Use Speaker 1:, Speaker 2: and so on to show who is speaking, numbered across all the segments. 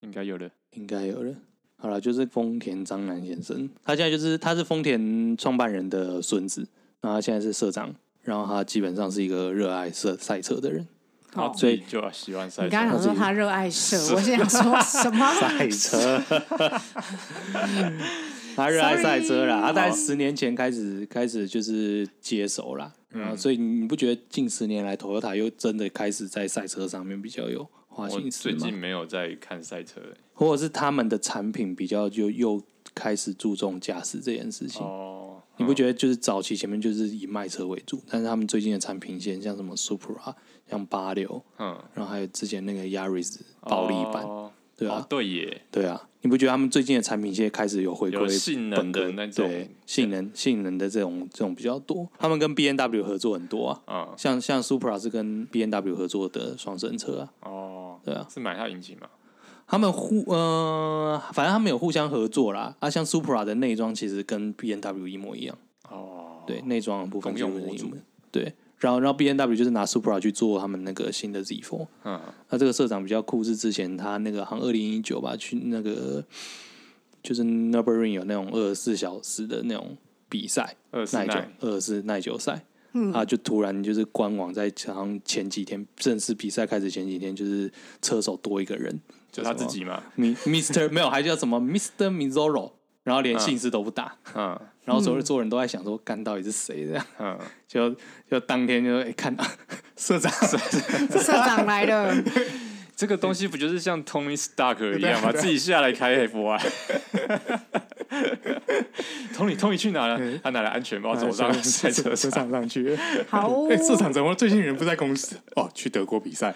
Speaker 1: 应该有的。
Speaker 2: 应该有了。好了，就是丰田章男先生，他现在就是他是丰田创办人的孙子，那他现在是社长，然后他基本上是一个热爱赛赛车的人，
Speaker 1: 他
Speaker 2: 所
Speaker 1: 自
Speaker 2: 以
Speaker 1: 己就喜欢赛
Speaker 3: 你
Speaker 1: 车
Speaker 3: 刚，刚想说他热爱社，我现在想说什么？
Speaker 2: 赛车，他热爱赛车啦，
Speaker 3: Sorry
Speaker 2: 他在十年前开始开始就是接手啦，然
Speaker 1: 嗯
Speaker 2: 后所以你不觉得近十年来 Toyota 又真的开始在赛车上面比较有花
Speaker 1: 我
Speaker 2: 心思
Speaker 1: 最
Speaker 2: 吗
Speaker 1: 近？没有在看赛车欸、
Speaker 2: 或者是他们的产品比较就又开始注重驾驶这件事情？
Speaker 1: 哦，
Speaker 2: 你不
Speaker 1: 得？
Speaker 2: 觉得就是早期前面就是以卖车为主，但是他们最近的产品线像什么 Supra、像八六，
Speaker 1: 嗯，
Speaker 2: 然后还有之前那个 Yaris 暴力版，
Speaker 1: 哦
Speaker 2: 对
Speaker 1: 哦
Speaker 2: 啊，
Speaker 1: 对耶，
Speaker 2: 对啊，你不觉得他们最近的产品线开始有回
Speaker 1: 有
Speaker 2: 归
Speaker 1: 性能
Speaker 2: 本
Speaker 1: 的
Speaker 2: 格
Speaker 1: 那种
Speaker 2: 对性能性能的这种这种比较多？他们跟 B N W 合作很多啊，
Speaker 1: 嗯，
Speaker 2: 像像 Supra 是跟 B N W 合作的双生车啊，
Speaker 1: 哦，
Speaker 2: 对啊，
Speaker 1: 是买它引擎嘛？
Speaker 2: 他们互呃，反正他们有互相合作啦。啊，像 Supra 的内装其实跟 B N W 一模一样。
Speaker 1: 哦，
Speaker 2: 对，内装的部分
Speaker 1: 共
Speaker 2: 就
Speaker 1: 用
Speaker 2: 是
Speaker 1: 模
Speaker 2: 你
Speaker 1: 组
Speaker 2: 们对，然后然后 B N W 就是拿 Supra 去做他们那个新的 Z Four。
Speaker 1: 嗯，
Speaker 2: 那这个社长比较酷，是之前他那个好像二零一九吧，去那个就是 n u r b u r i n g 有那种二十四小时的那种比赛，
Speaker 1: 二十
Speaker 2: 耐久
Speaker 1: 耐，
Speaker 2: 二十四耐久赛。他就突然就是官网在好像前几天正式比赛开始前几天，就是车手多一个人，
Speaker 1: 就他自己嘛，
Speaker 2: Mi Mister 没有，还叫什么 Mister Mizoro，然后连姓氏都不打，
Speaker 1: 嗯
Speaker 2: 然后所有所有人都在想说，干到底是谁这样？
Speaker 1: 嗯，
Speaker 2: 就就当天就哎看到社长，
Speaker 3: 社长来了，
Speaker 1: 这个东西不就是像 Tony Stark 一
Speaker 2: 啊
Speaker 1: 样吗？自己下来开 FY。Tony Tony 去哪了？
Speaker 2: 嗯
Speaker 1: 他拿了安全帽走上赛车
Speaker 2: 社
Speaker 1: 场。
Speaker 2: 长上去。
Speaker 3: 好哦，
Speaker 2: 哎，社长怎么最近人不在公司？哦，去德国比赛。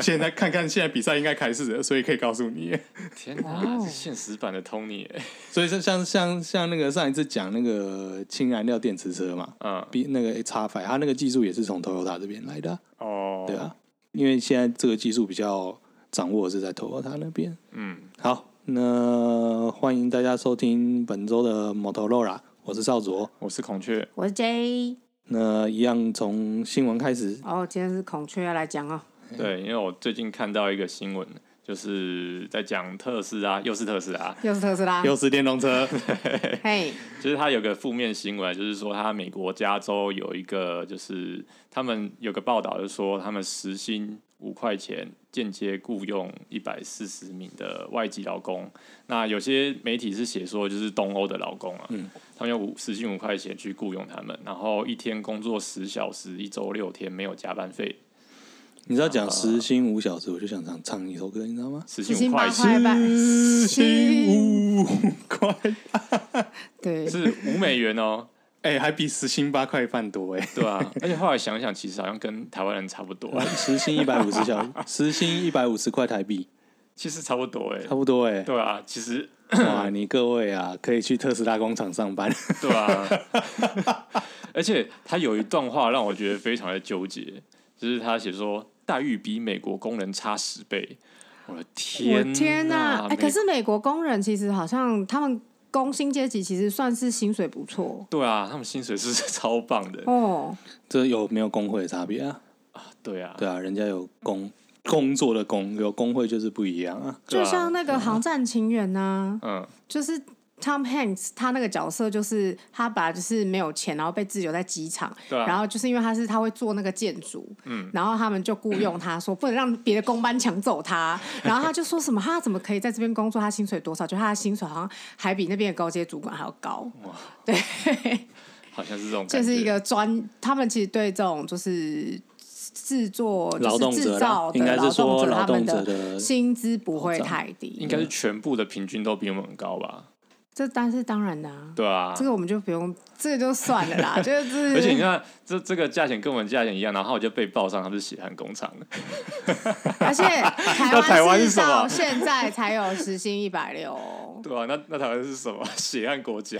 Speaker 2: 现在看看现在比赛应该开始了，所以可以告诉你。
Speaker 1: 天哪，是现实版的 Tony 欸。
Speaker 2: 所以像像像像那个上一次讲那个氢燃料电池车嘛，
Speaker 1: 嗯，
Speaker 2: 比那个 X f 它那个技术也是从 Toyota 这边来的啊，
Speaker 1: 哦，
Speaker 2: 对啊，因为现在这个技术比较掌握的是在 Toyota 那边。
Speaker 1: 嗯，
Speaker 2: 好，那欢迎大家收听本周的 Motorola，我是少卓。
Speaker 1: 我是孔雀。
Speaker 3: 我是 J。
Speaker 2: 那一样从新闻开始，
Speaker 3: 哦，今天是孔雀要来讲哦，
Speaker 1: 对，因为我最近看到一个新闻，就是在讲特斯拉，又是特斯拉，
Speaker 3: 又是特斯 拉，
Speaker 2: 又是电动车，
Speaker 3: 嘿，
Speaker 1: 就是它有个负面新闻，啊就是说它美国加州有一个，就是他们有个报道，就是说他们时薪五块钱，间接雇佣一百四十名的外籍劳工。那有些媒体是写说，就是东欧的劳工啊，他们用五时薪五块钱去雇佣他们，然后一天工作十小时，一周六天，没有加班费，
Speaker 2: 你知道 讲时薪五小时，我就想唱唱一首歌，你知道吗？
Speaker 1: 时
Speaker 3: 时
Speaker 1: 薪
Speaker 3: 薪
Speaker 1: 五
Speaker 3: 八
Speaker 1: 块
Speaker 3: 块
Speaker 1: 钱
Speaker 3: 半，薪
Speaker 2: 五块，
Speaker 3: 对，
Speaker 1: 是五美元哦。
Speaker 2: 哎、还比时薪八块半多哎、
Speaker 1: 对啊，而且后来想想，其实好像跟台湾人差不多，
Speaker 2: 时薪一百五十小， 时薪一百五十块台币，
Speaker 1: 其实差不多哎、
Speaker 2: 差不多哎、
Speaker 1: 对啊，其实
Speaker 2: 哇，你各位啊，可以去特斯拉工厂上班。
Speaker 1: 对啊， 而且他有一段话让我觉得非常的纠结，就是他写说待遇比美国工人差十倍，我的
Speaker 3: 我
Speaker 1: 天哪，
Speaker 3: 天呐！哎、
Speaker 1: 美
Speaker 3: 可是美国工人其实好像他们工薪阶级其实算是薪水不错
Speaker 1: 对啊，他们薪水是 超棒的，
Speaker 3: 哦，
Speaker 2: 这有没有工会的差别啊？
Speaker 1: 对啊，
Speaker 2: 对啊，人家有工工作的工，有工会就是不一样啊。
Speaker 1: 对啊
Speaker 3: 就像那个《航站情缘》啊呐，
Speaker 1: 嗯，
Speaker 3: 就是 Tom Hanks 他那个角色就是他把就是没有钱，然后被滞留在机场，
Speaker 1: 对啊
Speaker 3: 然后就是因为他是他会做那个建筑，嗯，然后他们就雇佣他说不能让别的工班抢 走他，然后他就说什么他怎么可以在这边工作，他薪水多少？就他的薪水好像还比那边的高阶主管还要高，
Speaker 1: 好像是这种感
Speaker 3: 这
Speaker 1: 觉，
Speaker 3: 是一个专，他们其实对这种就是制作、就是
Speaker 2: 劳动者啦
Speaker 3: 制造的
Speaker 2: 应该是说
Speaker 3: 劳动者
Speaker 2: 劳动者
Speaker 3: 他们
Speaker 2: 的
Speaker 3: 薪资不会太
Speaker 1: 应
Speaker 3: 低。
Speaker 1: 该是全部的平均都比我们高吧，
Speaker 3: 这但是当然的、啊，
Speaker 1: 对啊
Speaker 3: 这。个我们就不用，这个就算了啦，就 是。
Speaker 1: 而且你看，这这个价钱跟我们价钱一样，然后我就被报上他们是血汗工厂，
Speaker 3: 而且
Speaker 1: 到台
Speaker 3: 台
Speaker 1: 湾
Speaker 3: 湾
Speaker 1: 是
Speaker 3: 是
Speaker 1: 什么
Speaker 3: 到现在才有时薪一百六，
Speaker 1: 对啊，那那台湾是什么 血汗国家？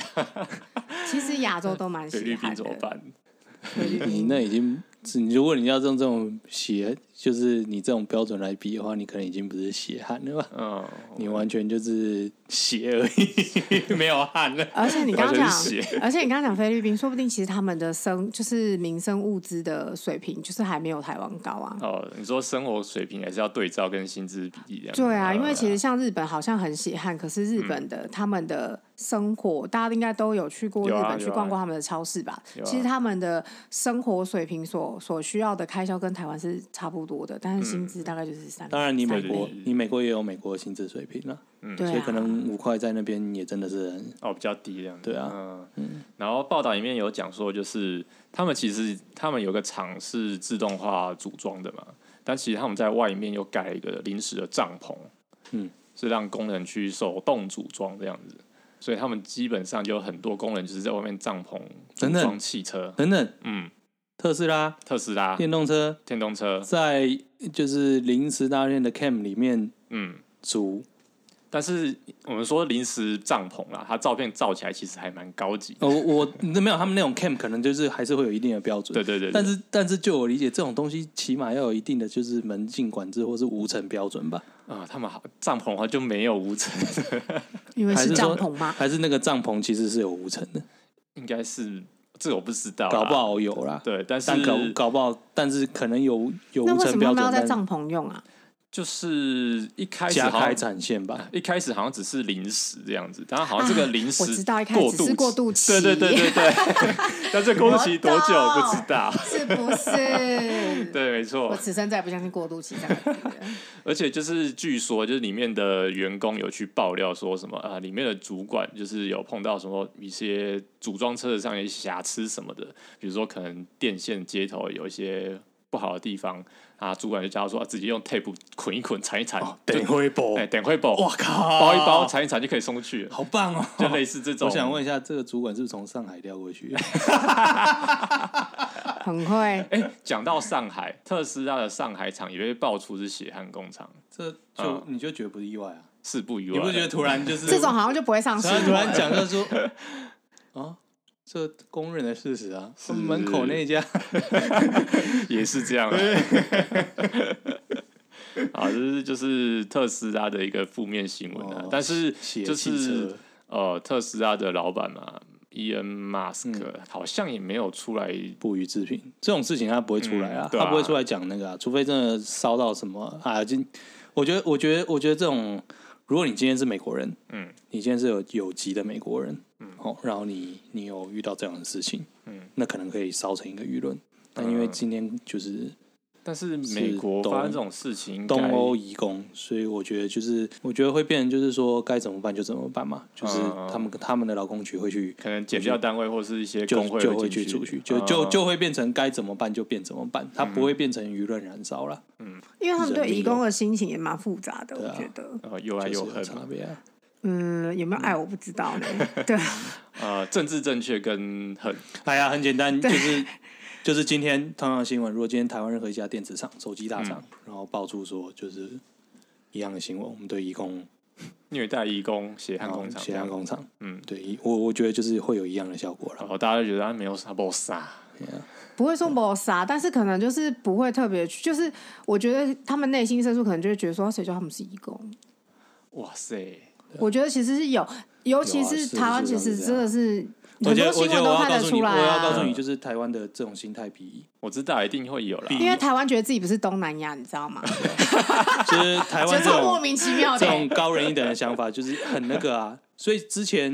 Speaker 3: 其实亚洲都蛮
Speaker 1: 菲
Speaker 3: 稀
Speaker 1: 律
Speaker 3: 罕
Speaker 1: 宾 怎
Speaker 3: 的
Speaker 1: 么。办？
Speaker 3: 菲律
Speaker 2: 你
Speaker 3: 宾
Speaker 2: 那已经，你如果你要用这种血就是你这种标准来比的话，你可能已经不是血汗了吧？
Speaker 1: 嗯，
Speaker 2: 你完全就是血而已，没有汗了。
Speaker 3: 而且你刚刚
Speaker 1: 完全是
Speaker 3: 讲，而且你刚刚讲菲律宾，说不定其实他们的生就是民生物资的水平，就是还没有台湾高啊。
Speaker 1: 哦，你说生活水平还是要对照跟薪资比例这样子。
Speaker 3: 对
Speaker 2: 呃
Speaker 3: 啊，因为
Speaker 1: 嗯
Speaker 3: 其实像日本好像很血汗，可是日本的、他们的生活，大家应该都有去过日
Speaker 1: 有啊
Speaker 3: 本、
Speaker 1: 有啊
Speaker 3: 去逛过他们的超市吧？
Speaker 1: 有啊
Speaker 3: 其实他们的生活水平所所需要的开销跟台湾是差不多的，但是薪资大概就是三、
Speaker 2: 嗯当然，你美
Speaker 3: 三倍
Speaker 1: 对
Speaker 2: 国
Speaker 1: 对对
Speaker 2: 你美国也有美国的薪资水平啦，
Speaker 3: 对、啊，
Speaker 2: 所以可能五块在那边也真的是很
Speaker 1: 哦，比较低这样子。
Speaker 2: 对啊
Speaker 1: 嗯，然后报道里面有讲说，就是他们其实他们有个厂是自动化组装的嘛，但其实他们在外面又盖了一个临时的帐篷，
Speaker 2: 嗯，
Speaker 1: 是让工人去手动组装这样子。所以他们基本上就有很多工人就是在外面帐篷组
Speaker 2: 等等
Speaker 1: 装汽车，
Speaker 2: 等等。
Speaker 1: 嗯，
Speaker 2: 特斯拉
Speaker 1: 特斯拉
Speaker 2: 电动车
Speaker 1: 电动车，
Speaker 2: 在就是临时搭建的 Cam 里面
Speaker 1: 嗯，
Speaker 2: 组
Speaker 1: 但是我们说临时帐篷啦，它照片照起来其实还蛮高级的。
Speaker 2: 哦，我我那没有他们那种 camp 可能就是还是会有一定的标准，
Speaker 1: 对对对对
Speaker 2: 但是但是就我理解，这种东西起码要有一定的就是门禁管制或是无尘标准吧？
Speaker 1: 啊、他们好帐篷的话就没有无尘，
Speaker 3: 因为
Speaker 2: 还
Speaker 3: 是
Speaker 2: 是说
Speaker 3: 帐篷嘛，
Speaker 2: 还是那个帐篷其实是有无尘的，
Speaker 1: 应该是这个我不知道啦，
Speaker 2: 搞不好有啦，
Speaker 1: 啊对，但是
Speaker 2: 但搞搞不好，但是可能有有
Speaker 3: 那
Speaker 2: 无
Speaker 3: 为什
Speaker 2: 尘
Speaker 3: 么他
Speaker 2: 标
Speaker 3: 们要
Speaker 2: 准，
Speaker 3: 在
Speaker 2: 但
Speaker 3: 帐篷 用啊？
Speaker 1: 就是一开始
Speaker 2: 加
Speaker 1: 好
Speaker 2: 开
Speaker 1: 像
Speaker 2: 产线吧？
Speaker 1: 一开始好像只是临时这样子，但好像这个临时、
Speaker 3: 我知道一开始只是过渡期
Speaker 1: 对对对对对，但这过渡期多久
Speaker 3: 我懂
Speaker 1: 不知道。
Speaker 3: 是不是？
Speaker 1: 对，没
Speaker 3: 我
Speaker 1: 错，
Speaker 3: 此生再也不相信过渡期这样子的。
Speaker 1: 而且就是据说，就是里面的员工有去爆料说什么啊，里面的主管就是有碰到什么一些组装车子上有一些瑕疵什么的，比如说可能电线接头有一些不好的地方啊，主管就叫他说、啊、直接用 tape 捆一捆，缠一缠，
Speaker 2: 哦
Speaker 1: 就
Speaker 2: 回博
Speaker 1: 哎、等会包，
Speaker 2: 我靠，
Speaker 1: 包一包，，缠一缠就可以送出去了，
Speaker 2: 好棒哦！
Speaker 1: 就类似这种。
Speaker 2: 我想问，一下，这个主管是不是从上海调过 去？
Speaker 3: 很会，
Speaker 1: 哎、讲到上海，特斯拉的上海厂也被爆出是血汗工厂，
Speaker 2: 这就
Speaker 1: 嗯
Speaker 2: 你就觉得不是意外啊？
Speaker 1: 是不意外
Speaker 2: 你
Speaker 1: 的。
Speaker 2: 不觉得突然就是
Speaker 3: 这种好像就不会上新
Speaker 2: 然后突然
Speaker 3: 闻。
Speaker 2: 讲到说， 啊，这公认的事实啊，门口那家，
Speaker 1: 也是这样啊？ 啊，这是就是特斯拉的一个负面新闻啊，
Speaker 2: 哦
Speaker 1: 但是
Speaker 2: 写
Speaker 1: 就
Speaker 2: 汽
Speaker 1: 是
Speaker 2: 车
Speaker 1: 呃，特斯拉的老板嘛，Elon Musk、好
Speaker 2: 嗯
Speaker 1: 像也没有出来
Speaker 2: 不予置评，这种事情他不会出来啊，
Speaker 1: 嗯对啊
Speaker 2: 他不会出来讲那个啊，除非真的烧到什么啊，今我觉得，我觉得，我觉得这种，如果你今天是美国人，
Speaker 1: 嗯，
Speaker 2: 你今天是有有籍的美国人，嗯，哦，然后你你有遇到这样的事情，
Speaker 1: 嗯，
Speaker 2: 那可能可以烧成一个舆论，但因为
Speaker 1: 嗯
Speaker 2: 今天就是
Speaker 1: 但是
Speaker 2: 是
Speaker 1: 美国
Speaker 2: 东
Speaker 1: 发生这种事情应该，
Speaker 2: 东欧移工，所以我觉得就是，我觉得会变成就是说该怎么办就怎么办嘛，就是
Speaker 1: 嗯
Speaker 2: 他们他们的劳工局会去
Speaker 1: 可能减掉单位或是一些
Speaker 2: 就
Speaker 1: 工会
Speaker 2: 就会
Speaker 1: 进
Speaker 2: 去
Speaker 1: 去
Speaker 2: 出去，就
Speaker 1: 嗯
Speaker 2: 就就会变成该怎么办就变怎么办，它不会变成舆论燃烧了，
Speaker 3: 因为他们对义工的心情也蛮复杂的，
Speaker 2: 对
Speaker 3: 我
Speaker 2: 啊
Speaker 3: 觉得。
Speaker 1: 呃又爱
Speaker 2: 就是
Speaker 1: 又
Speaker 2: 有
Speaker 1: 恨
Speaker 2: 差
Speaker 1: 嘛。
Speaker 2: 别啊。
Speaker 3: 嗯，有没有爱我不知道 呢。对啊，
Speaker 1: 呃，政治正确跟恨，
Speaker 2: 哎呀，很简单，就是就是今天同样的新闻，如果今天台湾任何一家电子厂、手机大厂，然后爆出说就是一样的新闻，我们对移工、
Speaker 1: 虐待义工、血汗工厂、
Speaker 2: 哦血汗工厂，
Speaker 1: 嗯，
Speaker 2: 对我我觉得就是会有一样的效果了
Speaker 1: 然。后大家就觉得他没有啥 boss 啊，
Speaker 3: 不会说谋杀，但是可能就是不会特别去，就是我觉得他们内心深处可能就会觉得说，谁叫他们是义工？
Speaker 1: 哇塞，
Speaker 3: 我觉得其实是有，尤其
Speaker 2: 啊有啊
Speaker 3: 是
Speaker 2: 是
Speaker 3: 台湾，
Speaker 2: 是
Speaker 3: 其实真的是
Speaker 2: 我
Speaker 3: 很
Speaker 2: 觉
Speaker 3: 多
Speaker 2: 得，我
Speaker 3: 新
Speaker 2: 觉得
Speaker 3: 闻
Speaker 2: 我
Speaker 3: 都
Speaker 2: 要
Speaker 3: 看
Speaker 2: 告
Speaker 3: 得
Speaker 2: 诉你，
Speaker 3: 出
Speaker 2: 我
Speaker 3: 来
Speaker 2: 要告诉
Speaker 3: 啊。
Speaker 2: 你，就是台湾的这种心态比，
Speaker 1: 我知道一定会有啦，
Speaker 3: 因为台湾觉得自己不是东南亚，你知道吗？
Speaker 2: 就是 台
Speaker 3: 觉
Speaker 2: 湾
Speaker 3: 得
Speaker 2: 这
Speaker 3: 超
Speaker 2: 种
Speaker 3: 莫名其妙
Speaker 2: 这
Speaker 3: 的。
Speaker 2: 种高人一等的想法，就是很那个 啊。所以之前，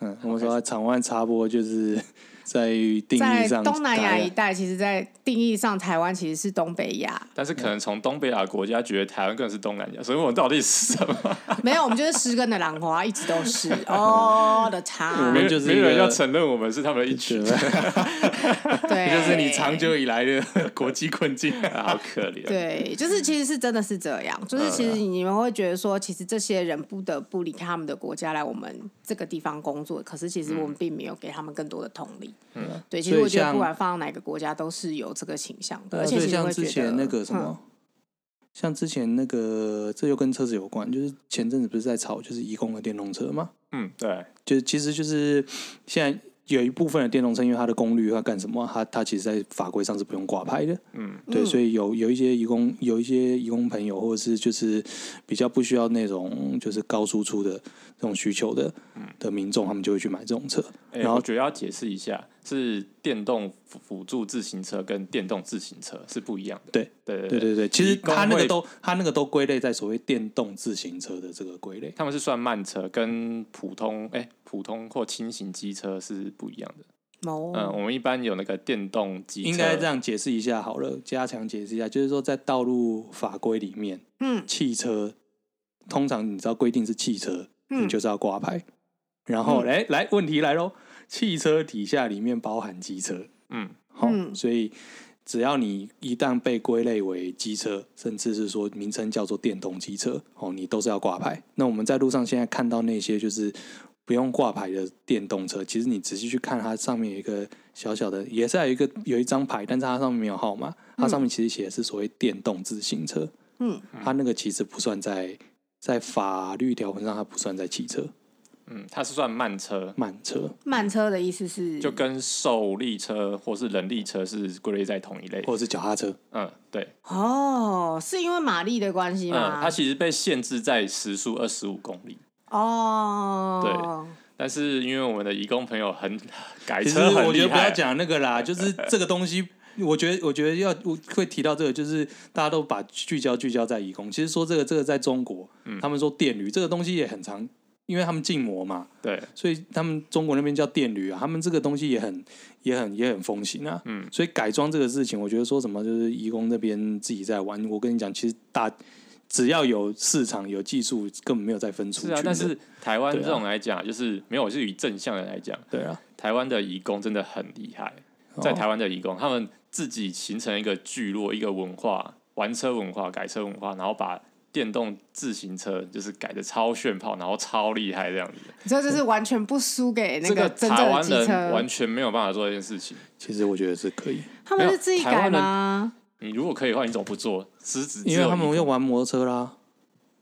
Speaker 2: 嗯，我们说场外插播，就是在于定
Speaker 3: 在
Speaker 2: 义上，啊
Speaker 3: 东南亚
Speaker 2: 大家
Speaker 3: 一带，其实，在定义上，台湾其实是东北 亚，
Speaker 1: 但是可能从东北亚国家觉得台湾更是东南亚，所以我到底是什么？
Speaker 3: 没有，我们就是失根的兰花，一直都 是 all the
Speaker 2: 我
Speaker 3: time。
Speaker 2: 们
Speaker 1: 没
Speaker 2: 就是一个
Speaker 1: 没有人要承认我们是他们的一
Speaker 2: 对
Speaker 1: 群，
Speaker 2: 吧，
Speaker 3: 对，
Speaker 2: 就是你长久以来的国际困境。
Speaker 1: 啊好可怜。
Speaker 3: 对，就是其实是真的是这样，就是其实
Speaker 1: 嗯
Speaker 3: 你们会觉得说，其实这些人不得不离开他们的国家来我们这个地方工作，可是其实我们
Speaker 1: 嗯
Speaker 3: 并没有给他们更多的同理。嗯，对，其实
Speaker 2: 所以
Speaker 3: 我觉得
Speaker 2: 像
Speaker 3: 不管放到哪个国家都是有这个倾向
Speaker 1: 啊
Speaker 3: 的，而且
Speaker 2: 啊所
Speaker 3: 其
Speaker 2: 以
Speaker 3: 实
Speaker 2: 像
Speaker 3: 会觉
Speaker 2: 之
Speaker 3: 得
Speaker 2: 前那个什
Speaker 3: 嗯
Speaker 2: 么，像之前那个，这就跟车子有关，就是前阵子不是在炒就是移工的电动车吗？
Speaker 1: 嗯，对，
Speaker 2: 就其实就是现在有一部分的电动车，因为它的功率它干什么啊，它它其实在法规上是不用挂牌的。
Speaker 1: 嗯，
Speaker 2: 对，所以有有一些义工，有一些义工朋友，或者是就是比较不需要那种就是高输出的这种需求的
Speaker 1: 嗯
Speaker 2: 的民众，他们就会去买这种车。
Speaker 1: 哎、
Speaker 2: 然后
Speaker 1: 我觉得要解释一下，是电动辅辅助自行车跟电动自行车是不一样的。
Speaker 2: 对
Speaker 1: 对对
Speaker 2: 对对对，其实
Speaker 1: 理工
Speaker 2: 它那个
Speaker 1: 会
Speaker 2: 都它那个都归类在所谓电动自行车的这个归类。
Speaker 1: 他们是算慢车，跟普通哎、普通或轻型机车是不一样的。
Speaker 3: 哦，
Speaker 1: 嗯，我们一般有那个电动机车，
Speaker 2: 应该这样解释一下好了，加强解释一下，就是说在道路法规里面，
Speaker 3: 嗯
Speaker 2: 汽车通常你知道规定是汽车，
Speaker 3: 嗯
Speaker 2: 你就是要挂牌。然后，哎、来问题来喽，汽车底下里面包含机车，
Speaker 1: 嗯，
Speaker 2: 好、
Speaker 3: 嗯
Speaker 2: 所以只要你一旦被归类为机车，甚至是说名称叫做电动机车，哦，你都是要挂牌。那我们在路上现在看到那些就是不用挂牌的电动车，其实你仔细去看，它上面有一个小小的，也是还有一个有一张牌，但是它上面没有号码，它上面其实写的是所谓电动自行车，
Speaker 3: 嗯，
Speaker 2: 它那个其实不算在。在法律条文上，它不算在汽车、
Speaker 1: 嗯，它是算慢车，
Speaker 2: 慢车
Speaker 3: 慢车的意思是
Speaker 1: 就跟受力车或是人力车是归类在同一类。
Speaker 2: 或者是脚踏车。
Speaker 1: 嗯，对，
Speaker 3: 哦，是因为马力的关系
Speaker 1: 嗯，
Speaker 3: 吗？
Speaker 1: 它其实被限制在时速二十五公里。
Speaker 3: 哦，
Speaker 1: 但是因为我们的义工朋友很改
Speaker 2: 其实
Speaker 1: 车很
Speaker 2: 我觉
Speaker 1: 厉
Speaker 2: 得不要
Speaker 1: 害，
Speaker 2: 讲那个啦，就是这个东西，我觉得我觉得要我会提到这个，就是大家都把聚焦聚焦在移工。其实说这个这个在中国，
Speaker 1: 嗯
Speaker 2: 他们说电驴这个东西也很常，因为他们禁摩嘛，
Speaker 1: 对，
Speaker 2: 所以他们中国那边叫电驴啊，他们这个东西也很也很也很风行啊。
Speaker 1: 嗯，
Speaker 2: 所以改装这个事情，我觉得说什么就是移工那边自己在玩。我跟你讲，其实大只要有市场有技术，根本没有在分出去
Speaker 1: 是
Speaker 2: 的。
Speaker 1: 啊。但是台湾
Speaker 2: 对啊
Speaker 1: 这种来讲，就是没有，我是以正向的来讲，
Speaker 2: 对啊，
Speaker 1: 台湾的义工真的很厉害，
Speaker 2: 哦
Speaker 1: 在台湾的义工，他们自己形成一个聚落、一个文化，玩车文化、改车文化，然后把电动自行车就是改的超炫炮，然后超厉害这样子。
Speaker 3: 你说就是完全不输给那
Speaker 1: 这个
Speaker 3: 真
Speaker 1: 台
Speaker 3: 正的
Speaker 1: 湾
Speaker 3: 机
Speaker 1: 人
Speaker 3: 车
Speaker 1: 完，全没有办法做这件事情。
Speaker 2: 其实我觉得是可以。
Speaker 3: 他们
Speaker 1: 没
Speaker 3: 是
Speaker 1: 有
Speaker 3: 自己
Speaker 1: 台湾
Speaker 3: 改
Speaker 1: 人
Speaker 3: 吗？
Speaker 1: 你如果可以的话，你怎么不做？狮子只
Speaker 2: 因为
Speaker 1: 有
Speaker 2: 他们
Speaker 1: 一
Speaker 2: 会玩摩托车啦，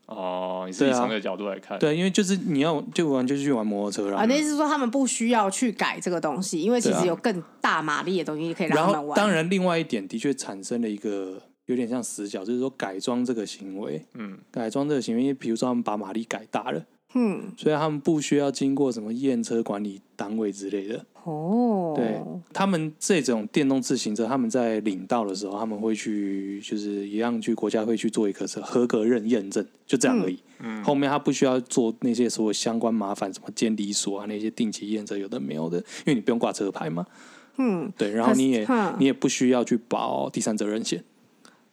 Speaker 1: 哦，你是以
Speaker 2: 对啊
Speaker 1: 从这个角度来看，
Speaker 2: 对，因为就是你要就玩就去玩摩托车啦
Speaker 3: 啊，。
Speaker 1: 嗯
Speaker 3: 那意思是说他们不需要去改这个东西，因为其
Speaker 2: 对啊
Speaker 3: 实有更大马力的东西可以让
Speaker 2: 然
Speaker 3: 他们
Speaker 2: 后
Speaker 3: 玩。
Speaker 2: 当，然，另外一点的确产生了一个有点像死角，就是说改装这个行为，
Speaker 1: 嗯，
Speaker 2: 改装这个行为，因为比如说他们把马力改大了，
Speaker 3: 嗯，
Speaker 2: 所以他们不需要经过什么验车管理单位之类的。
Speaker 3: 哦，
Speaker 2: 对，他们这种电动自行车，他们在领到的时候，他们会去就是一样去国家会去做一个是合格认验证，就这样而已。
Speaker 1: 嗯
Speaker 2: 后面他不需要做那些所有相关麻烦，什么监理所啊那些定期验证，有的没有的，因为你不用挂车牌嘛。
Speaker 3: 嗯，
Speaker 2: 对，然后你也
Speaker 3: 可是哼
Speaker 2: 你也不需要去保第三责任险。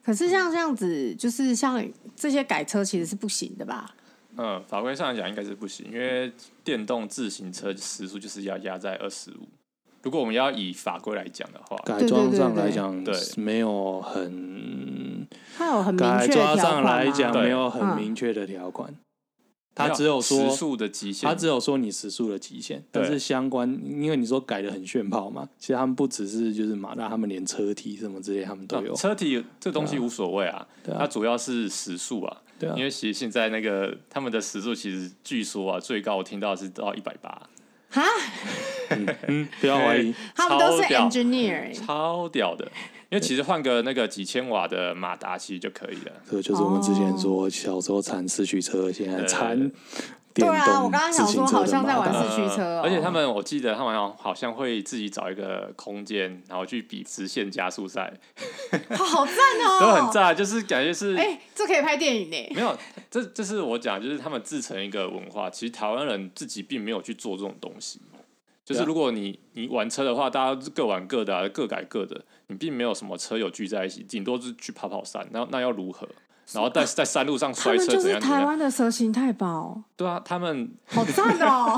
Speaker 3: 可是像这样子，就是像这些改车其实是不行的吧？
Speaker 1: 嗯，法规上来讲应该是不行，因为电动自行车时速就是要压在二十五。如果我们要以法规来讲的话，
Speaker 2: 改装上
Speaker 3: 对对对对
Speaker 2: 来讲，
Speaker 1: 对
Speaker 2: 没有很
Speaker 3: 它有很明
Speaker 2: 改
Speaker 3: 确的
Speaker 2: 装
Speaker 3: 条
Speaker 2: 上
Speaker 3: 款
Speaker 2: 来
Speaker 3: 吗？
Speaker 2: 讲
Speaker 1: 对
Speaker 2: 没有很
Speaker 3: 嗯
Speaker 2: 明确的条款，
Speaker 1: 没
Speaker 2: 他只有说
Speaker 1: 时速的极限，
Speaker 2: 他只有说你时速的极限，但
Speaker 1: 对
Speaker 2: 是相关，因为你说改的很炫炮嘛，其实他们不只是就是马达，他们连车体什么之类他们都有
Speaker 1: 啊。车体这东西无所谓啊，
Speaker 2: 对啊
Speaker 1: 它主要是时速啊。
Speaker 2: 对啊
Speaker 1: 因为其实现在那个他们的时速，其实据说啊，最高我听到是到一百八，
Speaker 3: 哈，
Speaker 2: 嗯，不要怀 疑，
Speaker 3: 他们都是
Speaker 1: 超屌
Speaker 3: engineer，欸
Speaker 1: 超屌的。因为其实换个那个几千瓦的马达其实就可以了。
Speaker 2: 这就是我们之前说小时候缠四驱车，现在缠
Speaker 1: 哦
Speaker 3: 对
Speaker 2: 电
Speaker 3: 啊，我
Speaker 2: 动
Speaker 3: 刚刚
Speaker 2: 自
Speaker 3: 想
Speaker 2: 行
Speaker 3: 说
Speaker 2: 车
Speaker 3: 好
Speaker 2: 的
Speaker 3: 像在
Speaker 2: 马
Speaker 3: 玩
Speaker 2: 达。
Speaker 3: 四驱车哦，
Speaker 1: 而且他们，我记得他们好像好像会自己找一个空间，然后去比直线加速赛，
Speaker 3: 哇好赞 哦，
Speaker 1: 都很。炸，就是感觉是
Speaker 3: 哎，这可以拍电影呢。
Speaker 1: 没有，这这是我讲，就是他们自成一个文化。其实台湾人自己并没有去做这种东西。就是
Speaker 2: 对啊
Speaker 1: 如果你你玩车的话，大家都各玩各的、啊，各改各的，你并没有什么车友聚在一起，顶多是去跑跑山，那那要如何？然后在在山路上
Speaker 3: 哦他
Speaker 1: 摔
Speaker 3: 们
Speaker 1: 车
Speaker 3: 就
Speaker 1: 怎
Speaker 3: 是
Speaker 1: 样怎
Speaker 3: 台
Speaker 1: 样？
Speaker 3: 湾的蛇形太保，
Speaker 1: 对啊，他们
Speaker 3: 好赞哦！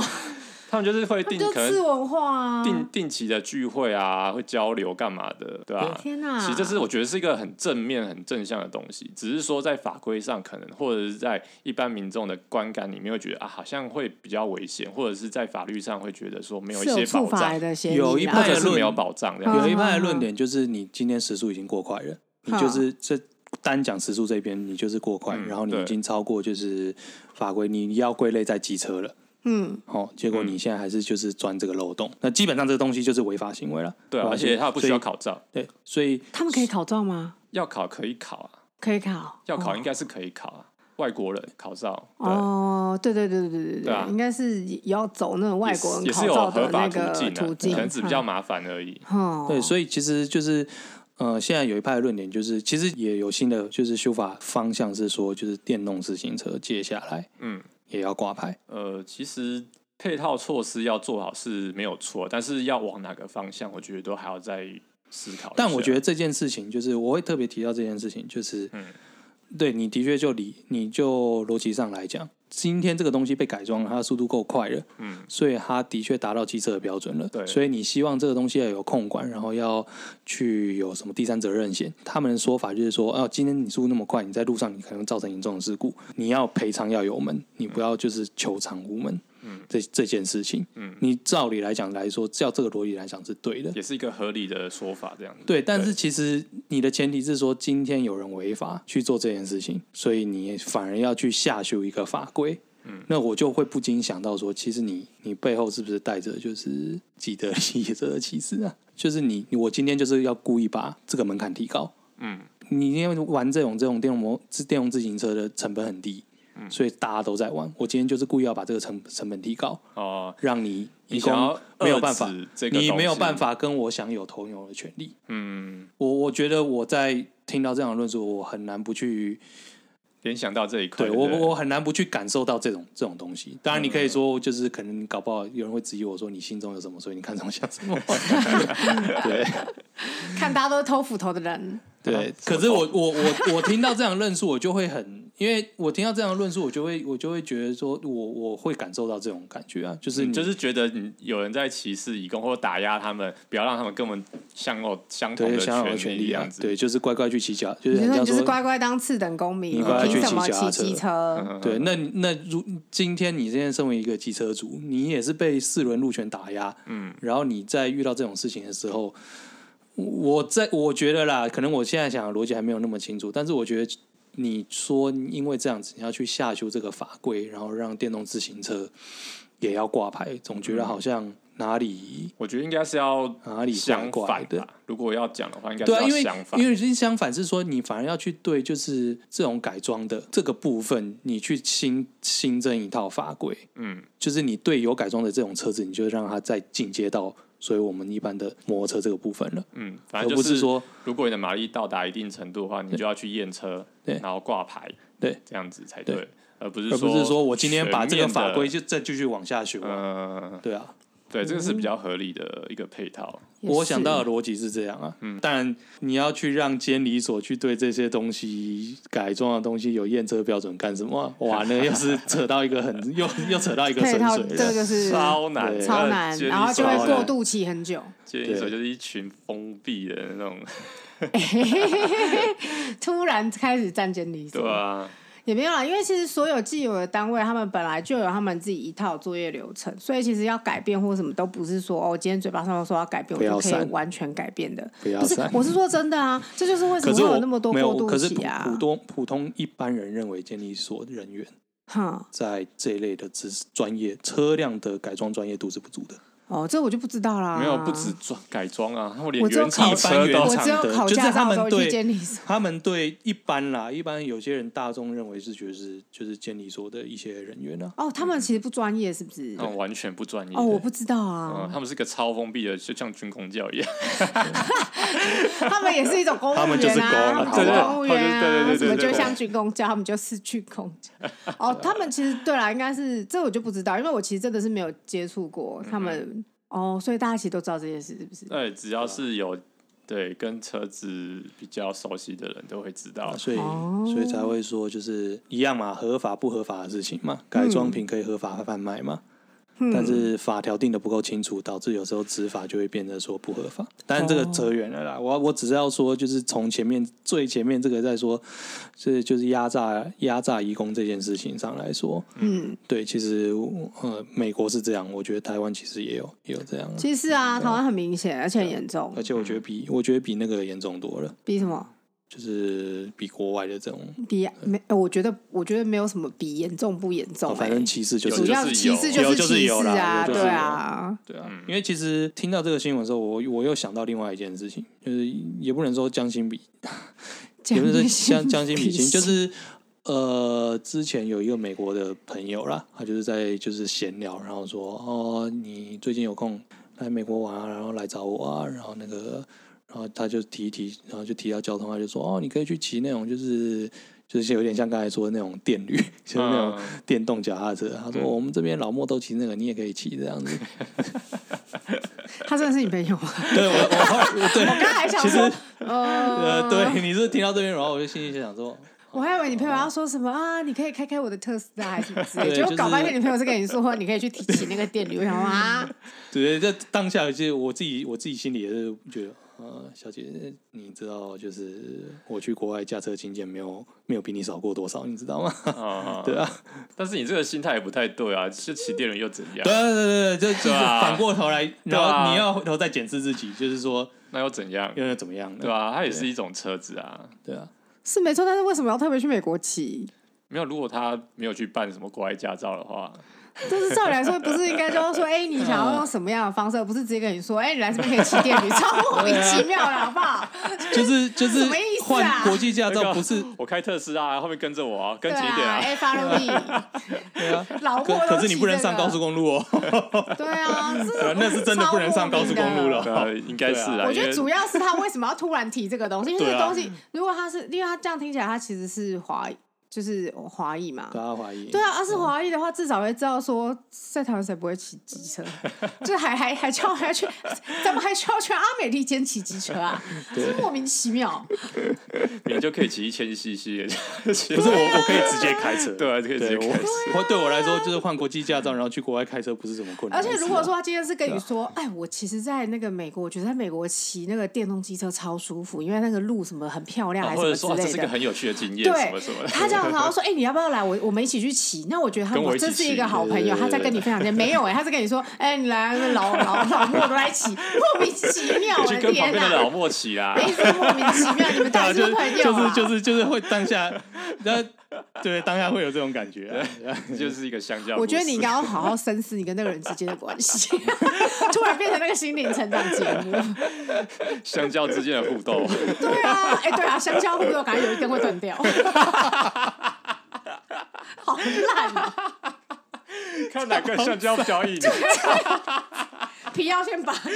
Speaker 1: 他们就是会 定
Speaker 3: 就
Speaker 1: 可
Speaker 3: 次
Speaker 1: 能
Speaker 3: 文化啊，
Speaker 1: 定定期的聚会啊，会交流干嘛的，对啊。
Speaker 3: 天哪！
Speaker 1: 其实这是我觉得是一个很正面、很正向的东西，只是说在法规上可能，或者是在一般民众的观感里面会觉得啊，好像会比较危险，或者是在法律上会觉得说没有一
Speaker 3: 是有
Speaker 1: 些
Speaker 3: 触
Speaker 1: 保
Speaker 3: 法
Speaker 1: 障，
Speaker 3: 的嫌疑啦，
Speaker 2: 有一
Speaker 1: 或
Speaker 2: 派
Speaker 1: 者
Speaker 2: 的
Speaker 1: 是没有
Speaker 2: 论
Speaker 1: 保障这
Speaker 3: 嗯
Speaker 1: 样。
Speaker 2: 有一派的论点就是你今天时速已经过快了，你就是这单讲时速这边你就是过快，
Speaker 1: 嗯
Speaker 2: 然后你
Speaker 1: 对
Speaker 2: 已经超过就是法规，你要归类在机车了。嗯，哦，结果你现在还是就是钻这个漏洞，那基本上这个东西就是违法行为了。
Speaker 1: 对啊，
Speaker 2: 吧
Speaker 1: 而且他不需要，考照，
Speaker 2: 所以对，所以
Speaker 3: 他们可以考照吗？
Speaker 1: 要考可以考啊，
Speaker 3: 可以考，
Speaker 1: 要考
Speaker 3: 哦
Speaker 1: 应该是可以考啊，外国人考照，对，
Speaker 3: 哦，对对对对对对
Speaker 1: 对啊
Speaker 3: 应该是也要走那种外国人
Speaker 1: 也
Speaker 3: 考
Speaker 1: 是有
Speaker 3: 照
Speaker 1: 合
Speaker 3: 的
Speaker 1: 法
Speaker 3: 那
Speaker 1: 途
Speaker 3: 个
Speaker 1: 径
Speaker 3: 途
Speaker 1: 啊，可
Speaker 3: 径，
Speaker 1: 能只比较麻烦而已。
Speaker 3: 嗯，
Speaker 2: 对，
Speaker 3: 以
Speaker 2: 所以其实就是。呃，现在有一派的论点就是，其实也有新的就是修法方向是说，就是电动自行车接下来
Speaker 1: 嗯，
Speaker 2: 也要挂牌。
Speaker 1: 呃，其实配套措施要做好是没有错，但是要往哪个方向，我觉得都还要再思考一下。
Speaker 2: 但我觉得这件事情，就是我会特别提到这件事情，就是，
Speaker 1: 嗯
Speaker 2: 对你的确就理，你就逻辑上来讲，今天这个东西被改装了，它的速度够快了，
Speaker 1: 嗯，
Speaker 2: 所以它的确达到汽车的标准了。
Speaker 1: 对
Speaker 2: 所以你希望这个东西要有控管，然后要去有什么第三责任险？他们的说法就是说，哦、今天你速度那么快，你在路上你可能造成严重的事故，你要赔偿要有门，你不要就是求偿无门。
Speaker 1: 嗯，
Speaker 2: 这这件事情，
Speaker 1: 嗯，
Speaker 2: 你照理来讲来说，照这个逻辑来讲是对的，
Speaker 1: 也是一个合理的说法，这样子。
Speaker 2: 对，但是其实你的前提是说，今天有人违法去做这件事情，所以你反而要去下修一个法规。嗯，那我就会不禁想到说，其实你你背后是不是带着就是既得利益者的歧视啊？就是你我今天就是要故意把这个门槛提高。
Speaker 1: 嗯，
Speaker 2: 你因为玩这种这种电动摩自电动自行车的成本很低，
Speaker 1: 嗯
Speaker 2: 所以大家都在玩。我今天就是故意要把这个成成本提高，
Speaker 1: 哦、
Speaker 2: 让你
Speaker 1: 你
Speaker 2: 一
Speaker 1: 想
Speaker 2: 共
Speaker 1: 要
Speaker 2: 没有办法
Speaker 1: 遏制，这个
Speaker 2: 你没有
Speaker 1: 东西
Speaker 2: 办。法跟我享有同游的权利。
Speaker 1: 嗯，
Speaker 2: 我我觉得我在听到这样的论述，我很难不去
Speaker 1: 联想到这一块，
Speaker 2: 对我我很难不去感受到这种这种东西。当然，你可
Speaker 1: 嗯
Speaker 2: 以说就是可能搞不好有人会质疑我说你心中有什么，所以你看中像 什么。对
Speaker 3: 看大家都是偷斧头的人，
Speaker 1: 啊
Speaker 2: 对， 可是我我我我听到这样的论述，我就会很，因为我听到这样的论述，我就会我就会觉得说我我会感受到这种感觉啊，就是
Speaker 1: 你
Speaker 2: 你
Speaker 1: 嗯就是觉得你有人在歧视义工或打压他们，不要让他们跟我们享有相同
Speaker 2: 对
Speaker 1: 的
Speaker 2: 享有的
Speaker 1: 权
Speaker 2: 权
Speaker 1: 利，
Speaker 2: 利
Speaker 1: 这
Speaker 2: 啊
Speaker 1: 样，子。
Speaker 2: 对，就是乖乖去骑脚，就是很
Speaker 3: 你就说
Speaker 2: 像
Speaker 3: 你就是乖乖当次等公民，
Speaker 2: 你乖乖
Speaker 1: 去
Speaker 3: 凭什么
Speaker 2: 骑脚
Speaker 3: 骑
Speaker 2: 踏
Speaker 3: 机
Speaker 2: 车
Speaker 1: 嗯
Speaker 3: 车？
Speaker 1: 嗯
Speaker 2: 对，那那如今天你现在身为一个机车族，你也是被四轮路权打压，嗯，然后你在遇到这种事情的时候，我在我觉得啦，可能我现在想的逻辑还没有那么清楚，但是我觉得你说因为这样子你要去下修这个法规，然后让电动自行车也要挂牌，总觉
Speaker 1: 嗯
Speaker 2: 得好像哪里、
Speaker 1: 我觉得应该是要
Speaker 2: 哪里怪
Speaker 1: 相
Speaker 2: 怪
Speaker 1: 反啊
Speaker 2: 的。
Speaker 1: 吧。如果要讲的话，应该是
Speaker 2: 对啊，
Speaker 1: 要
Speaker 2: 因为
Speaker 1: 相反。
Speaker 2: 因为相反是说，你反而要去对就是这种改装的这个部分，你去新新增一套法规，
Speaker 1: 嗯，
Speaker 2: 就是你对有改装的这种车子，你就让它再进阶到所以我们一般的摩托车这个部分了，
Speaker 1: 嗯，反正
Speaker 2: 而
Speaker 1: 就
Speaker 2: 不是说
Speaker 1: 如果你的马力到达一定程度的话，你就要去验车，
Speaker 2: 对
Speaker 1: 然后挂牌，
Speaker 2: 对，
Speaker 1: 这样子才
Speaker 2: 对
Speaker 1: 对，而不是
Speaker 2: 而不是说我今天把这个
Speaker 1: 全面的
Speaker 2: 法规，就再继续往下修、啊，
Speaker 1: 呃，
Speaker 2: 对啊。
Speaker 1: 对，这个是比较合理的一个配套。
Speaker 3: 也
Speaker 2: 我
Speaker 3: 是
Speaker 2: 想到的逻辑是这样啊，嗯，当然你要去让监理所去对这些东西改装的东西有验车标准干什么啊、哇，那又是扯到一个很又又扯到一个
Speaker 3: 配
Speaker 2: 深
Speaker 3: 套
Speaker 2: 水
Speaker 3: 这
Speaker 2: 了。
Speaker 3: 就是
Speaker 1: 超难，呃
Speaker 2: 对
Speaker 3: 超难，然后就会过
Speaker 1: 度。
Speaker 3: 渡期很久。
Speaker 1: 监理所就是一群封闭的那种，
Speaker 3: 突然开始站监理所，
Speaker 1: 对啊，
Speaker 3: 也没有啦，因为其实所有既有的单位，他们本来就有他们自己一套作业流程，所以其实要改变或什么都不是说哦，今天嘴巴上说要改变，
Speaker 2: 不
Speaker 3: 我
Speaker 2: 要
Speaker 3: 就可以
Speaker 2: 散
Speaker 3: 完全改变的。
Speaker 2: 不要
Speaker 3: 不是
Speaker 2: 散，
Speaker 3: 我是说真的啊，这就是为 什
Speaker 2: 可
Speaker 3: 么
Speaker 2: 是
Speaker 3: 会
Speaker 2: 我
Speaker 3: 有那么多
Speaker 2: 没
Speaker 3: 过
Speaker 2: 有，可
Speaker 3: 渡
Speaker 2: 是
Speaker 3: 期
Speaker 2: 普
Speaker 3: 啊
Speaker 2: 普。通普通一般人认为监理所人员
Speaker 3: 哼，
Speaker 2: 在这一类的知识专业车辆的改装专业度是不足的。
Speaker 3: 哦，这我就不知道啦。
Speaker 1: 没有不止装改装啊，他们连
Speaker 3: 我只有
Speaker 1: 原
Speaker 3: 考
Speaker 1: 厂车
Speaker 2: 原
Speaker 1: 都
Speaker 3: 我只有
Speaker 2: 厂的
Speaker 3: 考
Speaker 2: 就是
Speaker 3: 驾
Speaker 2: 他
Speaker 3: 照的
Speaker 2: 们
Speaker 3: 时候去
Speaker 2: 对
Speaker 3: 监理所。
Speaker 2: 他们对一般啦，一般有些人大众认为是觉得是就是监理所的一些人员啊，
Speaker 3: 哦，他们其实不专业，是不是？
Speaker 1: 他们完全不专业。
Speaker 3: 哦，我不知道
Speaker 1: 嗯，
Speaker 3: 啊，
Speaker 1: 他们是个超封闭的，就像军工教 一样。
Speaker 3: 他们也是一种公务员啊，
Speaker 2: 他们就是公
Speaker 3: 他们
Speaker 1: 对对
Speaker 3: 公务员
Speaker 1: 他们
Speaker 3: 啊，
Speaker 1: 就是对对对对
Speaker 3: 什么
Speaker 1: 对对
Speaker 3: 就像军工教，他们就是去公教。哦，他们其实对啦，应该是这我就不知道，因为我其实真的是没有接触过他
Speaker 2: 嗯
Speaker 3: 们。哦，所以大家其实都知道这件事，是不是？
Speaker 1: 对，只要是有对跟车子比较熟悉的人都会知道
Speaker 2: 啊，所以
Speaker 3: 哦
Speaker 2: 所以才会说就是一样嘛，合法不合法的事情嘛，改
Speaker 3: 嗯
Speaker 2: 装品可以合法贩卖嘛。但是法条定的不够清楚，导致有时候执法就会变得说不合法。但是这
Speaker 3: 哦
Speaker 2: 个扯远了啦，我我只是要说，就是从前面最前面这个在说，是就是压榨压榨移工这件事情上来说，
Speaker 3: 嗯，
Speaker 2: 对，其实呃美国是这样，我觉得台湾其实也有也有这样啊，
Speaker 3: 其实啊，台湾很明显，而且很严重
Speaker 2: 而，且我觉得比我觉得比那个严重多了。
Speaker 3: 比什么？
Speaker 2: 就是比国外的这种，
Speaker 3: 比没，呃我觉得我觉得没有什么比严重不严重、
Speaker 2: 哦
Speaker 3: 欸，
Speaker 2: 反正歧视就
Speaker 1: 有
Speaker 3: 主
Speaker 2: 是
Speaker 1: 就
Speaker 3: 要
Speaker 1: 是
Speaker 3: 歧视
Speaker 2: 有
Speaker 3: 是
Speaker 2: 就是
Speaker 3: 歧
Speaker 2: 有
Speaker 3: 视
Speaker 2: 啦
Speaker 3: 啊，
Speaker 2: 有就是
Speaker 3: 对啊，
Speaker 2: 对啊，
Speaker 1: 嗯
Speaker 2: 因为其实听到这个新闻的时候，我我又想到另外一件事情，就是也不能说将心比，也不是说将将心比心，就是呃，之前有一个美国的朋友啦，他就是在就是闲聊，然后说哦，你最近有空来美国玩啊，然后来找我啊，然后那个，然后他就提一提，然后就提到交通，他就说哦，你可以去骑那种就是就是有点像刚才说的那种电驴，就是那种。
Speaker 1: 嗯
Speaker 2: 电动脚踏车，他说、我们这边老莫都骑那个，你也可以骑这样子。
Speaker 3: 他真的是你朋友 吗？
Speaker 2: 对我，我后来对，
Speaker 3: 我刚才还 想
Speaker 2: 其实
Speaker 3: 说，呃
Speaker 2: 呃，对，你是听到这边，然后我就心里就想说，
Speaker 3: 我还以为你朋友要说什么啊，你可以开开我的特斯拉还是什么之类的，
Speaker 2: 对
Speaker 3: 结
Speaker 2: 就
Speaker 3: 果
Speaker 2: 是
Speaker 3: 搞半天你朋友是跟你说你可以去提起那个电驴，我想说啊，
Speaker 2: 对，这当下其实我自己我自己心里也是觉得，呃，小姐，你知道就是我去国外驾车经验没有没有比你少过多少，你知道吗？
Speaker 1: 啊，
Speaker 2: 对啊，
Speaker 1: 但是你这个心态也不太对啊，就骑电驴又怎样
Speaker 2: 对？啊对对对，就就是
Speaker 1: 对啊
Speaker 2: 反过头来，然
Speaker 1: 对
Speaker 2: 后
Speaker 1: 啊
Speaker 2: 你要回头再检视自己，就是说
Speaker 1: 那又怎样？
Speaker 2: 又要怎么样呢？
Speaker 1: 对啊吧、它也是一种车子啊。
Speaker 2: 对啊，
Speaker 3: 是没错，但是为什么要特别去美国骑？
Speaker 1: 没有，如果他没有去办什么国外驾照的话，
Speaker 3: 就是照理来说，不是应该就要说，哎、你想要用什么样的方式，而不是直接跟你说，哎、你来这边可以骑电驴，超啊莫名其妙了，好不好？
Speaker 2: 就是就是
Speaker 3: 什么意思啊
Speaker 2: 换国际驾
Speaker 1: 那
Speaker 2: 照
Speaker 1: 个
Speaker 2: 不是
Speaker 1: 哎我开特斯拉，后面跟着我啊，
Speaker 3: 对
Speaker 1: 跟紧一点
Speaker 3: 啊，
Speaker 1: 啊。
Speaker 3: 哎、f o l l o w me，
Speaker 2: 对啊，
Speaker 3: 老
Speaker 2: 可
Speaker 3: 婆都
Speaker 2: 可是你不能上高速公路哦，
Speaker 3: 路， 对啊，这
Speaker 2: 对啊那是真的不能上高速公路了
Speaker 1: 对啊，应该是啊，
Speaker 3: 我
Speaker 1: 因
Speaker 3: 觉
Speaker 1: 为
Speaker 3: 得主要是他为什么要突然提这个 东西？因为这个
Speaker 2: 对啊
Speaker 3: 东西，如果他是，因为他这样听起来，他其实是华，就是华裔嘛。
Speaker 2: 大家怀疑
Speaker 3: 对啊，要是华裔的话，至少会知道说，在台湾谁不会骑机车， 就是还还还叫还要去，咱们还需要去阿美利坚骑机车 啊，真是莫名其妙。
Speaker 1: 啊你就可以骑一千 CC，不是
Speaker 2: 不是我，我可以直接开车。
Speaker 1: 对啊，就可以直接
Speaker 2: 对我
Speaker 1: 开始。
Speaker 2: 我对我来说，就是换国际驾照，然后去国外开车不是什么困难
Speaker 3: 而
Speaker 2: 的事啊。
Speaker 3: 且如果说他今天是跟你
Speaker 1: 啊
Speaker 3: 说，哎，我其实，在那个美国，我觉得在美国骑那个电动机车超舒服，因为那个路什么很漂亮，还
Speaker 1: 或者
Speaker 3: 是什
Speaker 1: 说、啊
Speaker 3: 么之
Speaker 1: 这
Speaker 3: 类
Speaker 1: 是
Speaker 3: 的。
Speaker 1: 个很有趣的经验，
Speaker 3: 对
Speaker 1: 什么什么的。
Speaker 3: 他这样，然后说：“哎、你要不要来？我我们一起去骑。”那我觉得他
Speaker 1: 跟我一起
Speaker 3: 这是一个好朋
Speaker 2: 对对
Speaker 3: 友，
Speaker 2: 对
Speaker 3: 他在跟你分享。没有哎、他是跟你说：“哎、你来啊，老老老莫都来骑，莫名其妙，
Speaker 1: 你
Speaker 3: 我
Speaker 1: 去跟
Speaker 3: 的
Speaker 1: 旁边
Speaker 3: 天
Speaker 1: 的老
Speaker 3: 哪！”
Speaker 1: 莫骑啊啦。
Speaker 3: 啊哎，是莫名其妙，你们
Speaker 2: 对
Speaker 3: 到
Speaker 2: 啊，
Speaker 3: 底
Speaker 2: 就是是
Speaker 3: 不是朋 友
Speaker 2: 就是
Speaker 3: 啊？
Speaker 2: 就是就是会当下，那对当下会有这种感觉啊。
Speaker 1: 就是一个香蕉故事。
Speaker 3: 我觉得你应该要好好深思你跟那个人之间的关系。突然变成那个心灵成长节目，
Speaker 1: 香蕉之间的互 动，
Speaker 3: 对啊，哎、对啊，相交互用，感觉有一天会断掉。 好烂啊！
Speaker 1: 看哪个香蕉表演。
Speaker 3: 皮要先拔开，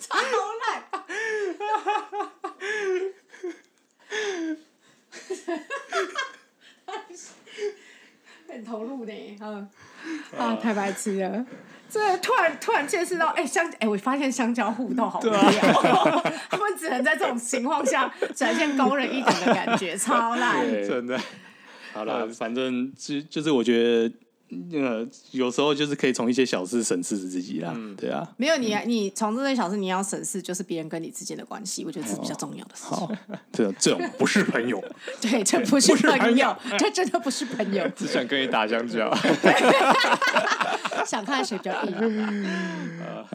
Speaker 3: 超烂。很投入呢，嗯，啊，太白痴了！这突然突然见识到，哎、香，哎、我发现香蕉互动好无聊， 他们只能在这种情况下展现高人一等的感觉，超烂。
Speaker 2: 对
Speaker 1: 真 的，
Speaker 2: 好了，反正就就是我觉得，呃，有时候就是可以从一些小事审视自己啦。对啊，
Speaker 3: 没有你，你从这件小事，你要审视就是别人跟你之间的关系，我觉得这是比较重要的事情。
Speaker 2: 好， 这种这种不是朋友。
Speaker 3: 对，这不是
Speaker 2: 朋
Speaker 3: 朋友
Speaker 2: 友，
Speaker 3: 这真的不是朋友。
Speaker 1: 只想跟你打香蕉。
Speaker 3: 想看谁比较硬？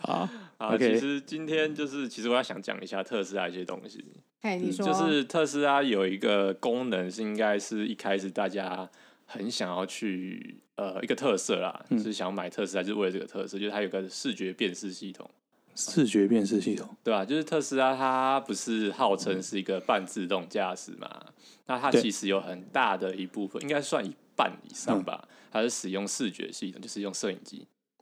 Speaker 1: 啊
Speaker 2: OK
Speaker 1: 其实今天就是，其实我要想讲一下特斯拉一些东西，
Speaker 3: 哎，你说，
Speaker 2: 啊
Speaker 1: 就是特斯拉有一个功能是应该是一开始大家很想要去呃一个特色啦，
Speaker 2: 嗯
Speaker 1: 就是想买特斯拉就是为了这个特色，就是它有个视觉辨识系统，
Speaker 2: 视觉辨识系统，
Speaker 1: 对吧、就是特斯拉它不是号称是一个半自动驾驶嘛，那它
Speaker 2: 对
Speaker 1: 其实有很大的一部分，应该算一半以上吧，它是使用视觉系统，就是用摄影机，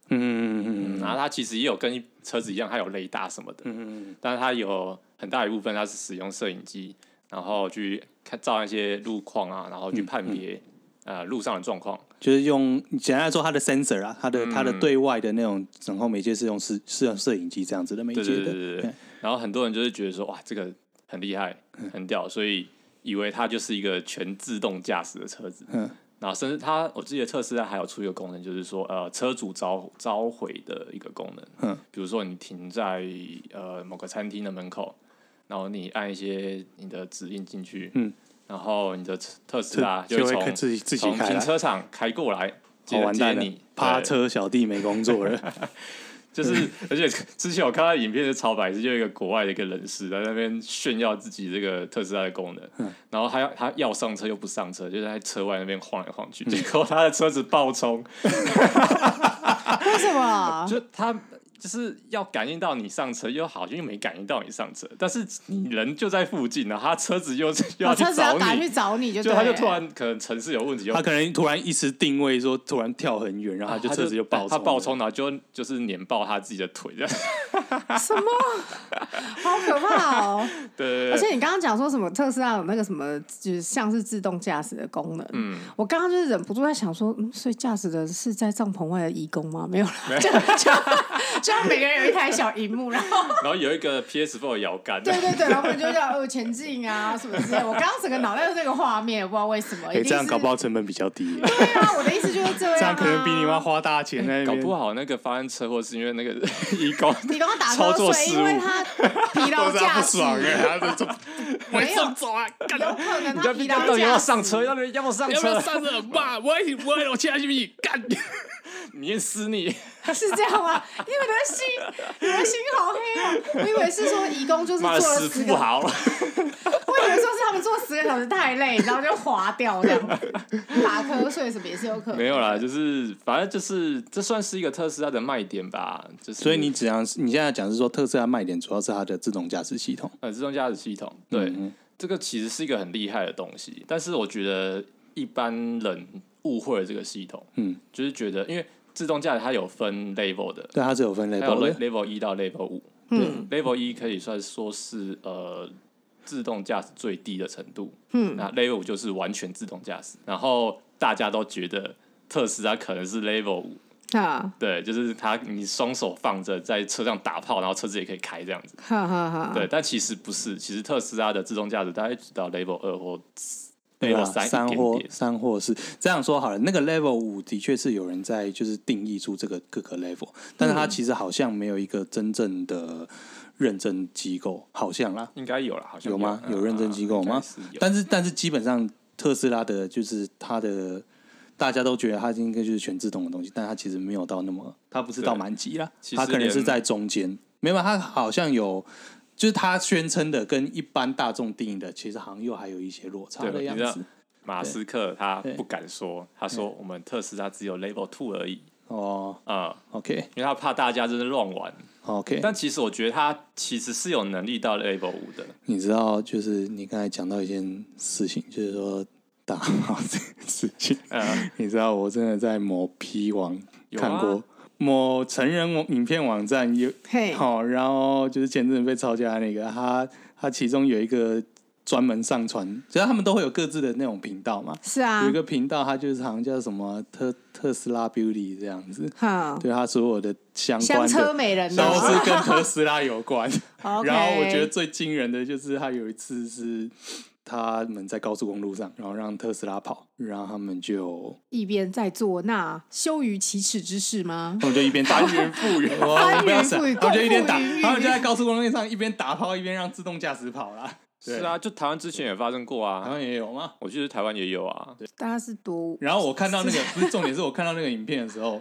Speaker 2: 嗯嗯嗯嗯
Speaker 1: 然
Speaker 2: 嗯
Speaker 1: 后它其实也有跟一车子一样，它有雷达什么的，
Speaker 2: 嗯嗯
Speaker 1: 但是它有很大一部分它是使用摄影机，然后去看照那些路况啊，然后
Speaker 2: 嗯
Speaker 1: 去判别、呃路上的状况。
Speaker 2: 就是用简单来说，它的 sensor 啊，它的它的对外的那种整控媒介是用摄是用摄影机这样子的媒
Speaker 1: 对
Speaker 2: 介
Speaker 1: 对对
Speaker 2: 的。
Speaker 1: 对对
Speaker 2: 对。嗯
Speaker 1: 然后很多人就是觉得说哇，这个很厉害，很屌，所以以为它就是一个全自动驾驶的车子。
Speaker 2: 嗯。
Speaker 1: 然后甚至它，我记得特斯拉还有出一个功能，就是说呃车主召召回的一个功能。
Speaker 2: 嗯。
Speaker 1: 比如说你停在呃某个餐厅的门口，然后你按一些你的指令进去。
Speaker 2: 嗯。
Speaker 1: 然后你的特斯拉
Speaker 2: 就
Speaker 1: 会
Speaker 2: 会
Speaker 1: 从
Speaker 2: 自己自己
Speaker 1: 从
Speaker 2: 开
Speaker 1: 停
Speaker 2: 了。
Speaker 1: 车场开过来，
Speaker 2: 哦，
Speaker 1: 接
Speaker 2: 完
Speaker 1: 接
Speaker 2: 蛋了
Speaker 1: 你，
Speaker 2: 趴
Speaker 1: 对
Speaker 2: 车小弟没工作了。
Speaker 1: 就是而且之前我看到影片是超白痴，就有一个国外的一个人士在那边炫耀自己这个特斯拉的功能，然后他要他要上车又不上车，就在车外那边晃来晃去，结果他的车子爆冲，
Speaker 3: 为什么？
Speaker 1: 就他。就是要感应到你上车，又好像又没感应到你上车，但是你人就在附近，然后他车子又又
Speaker 3: 我
Speaker 1: 要去
Speaker 3: 车子要
Speaker 1: 找
Speaker 3: 打
Speaker 1: 你
Speaker 3: 去，找你就
Speaker 1: 就
Speaker 3: 对
Speaker 1: 他
Speaker 3: 了，
Speaker 1: 就突然可能城市有问题，又
Speaker 2: 他可能突然一时定位说突然跳很远，然后他就车子就爆冲了，
Speaker 1: 他爆冲，然后就就是碾爆他自己的腿，这样
Speaker 3: 什么，好可怕哦！
Speaker 1: 对
Speaker 3: 而
Speaker 1: 对对，
Speaker 3: 且你刚刚讲说什么特斯拉有那个什么，就是像是自动驾驶的功能。嗯，我刚刚就是忍不住在想说，嗯，所以驾驶的是在帐篷外的义工吗？没有啦，就就就像每个人有一台小荧幕，然后
Speaker 1: 然后有一个 PS4 的摇杆，
Speaker 3: 对对对，然后我们就叫哦前进啊什么之类的。我刚刚整个脑袋都是这个画面，我不知道为什么。
Speaker 2: 哎，这样搞不
Speaker 3: 好。
Speaker 2: 好成本比较 低，
Speaker 3: 对啊，我的意思就是这样、啊。
Speaker 2: 这样可能比你妈花大钱在那
Speaker 1: 哎搞
Speaker 2: 边
Speaker 1: 不好那个发生车祸是因为那个 义 工
Speaker 3: 你刚刚打
Speaker 1: 操
Speaker 3: 瞌
Speaker 1: 作
Speaker 3: 睡，
Speaker 1: 失
Speaker 3: 因为
Speaker 1: 误
Speaker 3: 他疲 劳
Speaker 2: 都是他
Speaker 3: 驾
Speaker 2: 不
Speaker 3: 驶，
Speaker 2: 爽哎，他这
Speaker 3: 没有走啊，有可能他疲劳驾
Speaker 1: 到底要
Speaker 3: 驶。
Speaker 1: 不要上车？要不要要不要上车？
Speaker 2: 上这 骂我，我我现在去你干。
Speaker 1: 你也私你，
Speaker 3: 是这样吗？因为你的心，你的心好黑哦、我以为是说义工就是做
Speaker 1: 妈的
Speaker 3: 了
Speaker 1: 死
Speaker 3: 十个，
Speaker 1: 富
Speaker 2: 啊
Speaker 3: 我
Speaker 1: 豪，
Speaker 3: 以为说是他们做十个小时太累，然后就滑掉这样，打瞌睡什么也是有可能。
Speaker 1: 没有啦，就是反正就是这算是一个特斯拉的卖点吧，就是
Speaker 2: 所以你只要你现在讲是说特斯拉卖点主要是它的自动驾驶系统，
Speaker 1: 呃自动驾驶系统，对、这个其实是一个很厉害的东西，但是我觉得一般人误会了这个系统，
Speaker 2: 嗯，
Speaker 1: 就是觉得因为自动驾驶它有分 level 的，
Speaker 2: 对，它是有分类
Speaker 1: 还有
Speaker 2: 包的。
Speaker 1: level 一到 level 五，
Speaker 3: 嗯
Speaker 1: ，level 一可以算说是呃自动驾驶最低的程度，
Speaker 3: 嗯，
Speaker 1: 那 level 五就是完全自动驾驶，然后大家都觉得特斯拉可能是 level 五，
Speaker 3: 哈
Speaker 1: 对，就是它你双手放着在车上打炮，然后车子也可以开这样子，
Speaker 3: 哈哈哈，
Speaker 1: 对，但其实不是，其实特斯拉的自动驾驶大概只到 level 二或
Speaker 2: 对吧？
Speaker 1: level 三
Speaker 2: 三
Speaker 1: 一点
Speaker 2: 或
Speaker 1: 点。
Speaker 2: 三或是这样说好了，那个 level 五的确是有人在就是定义出这个各个 level，但是它其实好像没有一个真正的认证机构，好像啦，
Speaker 1: 应该有了，好像
Speaker 2: 有吗？
Speaker 1: 有
Speaker 2: 有认证机构吗？
Speaker 1: 但
Speaker 2: 但是但是基本上特斯拉的就是它的。大家都觉得它应该就是全自动的东西，但它其实没有到那么，它不是到
Speaker 1: 对
Speaker 2: 满级啦
Speaker 1: 其，实
Speaker 2: 它可能
Speaker 1: 连
Speaker 2: 是在中间。没有，它好像有，就是它宣称的跟一般大众定义的，其实好像又还有一些落差
Speaker 1: 对
Speaker 2: 的
Speaker 1: 你
Speaker 2: 样
Speaker 1: 知道
Speaker 2: 子。
Speaker 1: 马斯克他
Speaker 2: 对
Speaker 1: 不敢说，他说我们特斯拉只有 level two 而已
Speaker 2: 哦
Speaker 1: 啊、
Speaker 2: ，OK
Speaker 1: 因为他怕大家就是乱玩。
Speaker 2: OK，
Speaker 1: 但其实我觉得他其实是有能力到 level 五的，
Speaker 2: 你知道，就是你刚才讲到一件事情，就是说打炮这件事情，
Speaker 1: 嗯
Speaker 2: 你知道，我真的在某 P 网
Speaker 1: 有啊
Speaker 2: 看过、某成人网影片网站有
Speaker 3: 嘿，
Speaker 2: 好、然后就是前阵子被抄家那个，他他其中有一个专门上传，只要他们都会有各自的那种频道嘛，
Speaker 3: 是啊
Speaker 2: 有一，个频道，它就是好像叫什么特特斯拉 Beauty 这样子，
Speaker 3: 哈，
Speaker 2: 对他所有的相
Speaker 3: 香
Speaker 2: 关
Speaker 3: 车
Speaker 2: 的
Speaker 3: 美人
Speaker 2: 都
Speaker 3: 哦
Speaker 2: 是跟特斯拉有关。
Speaker 3: OK，
Speaker 2: 然后我觉得最惊人的就是他有一次是他们在高速公路上，然后让特斯拉跑，然后他们就
Speaker 3: 一边在做那羞于启齿之事吗？
Speaker 2: 他们就一边打云复 原，我不要想，
Speaker 3: 翻云覆雨
Speaker 2: 他们就一边打，
Speaker 3: 共赴云雨
Speaker 2: 他们就在高速公路上一边打炮一边让自动驾驶跑啦。对
Speaker 1: 是啊，就台湾之前也发生过
Speaker 2: 台
Speaker 1: 啊，
Speaker 2: 湾也有吗？
Speaker 1: 我记得台湾也有啊，
Speaker 3: 大家是多
Speaker 2: 然后我看到那个，不是重点是我看到那个影片的时候，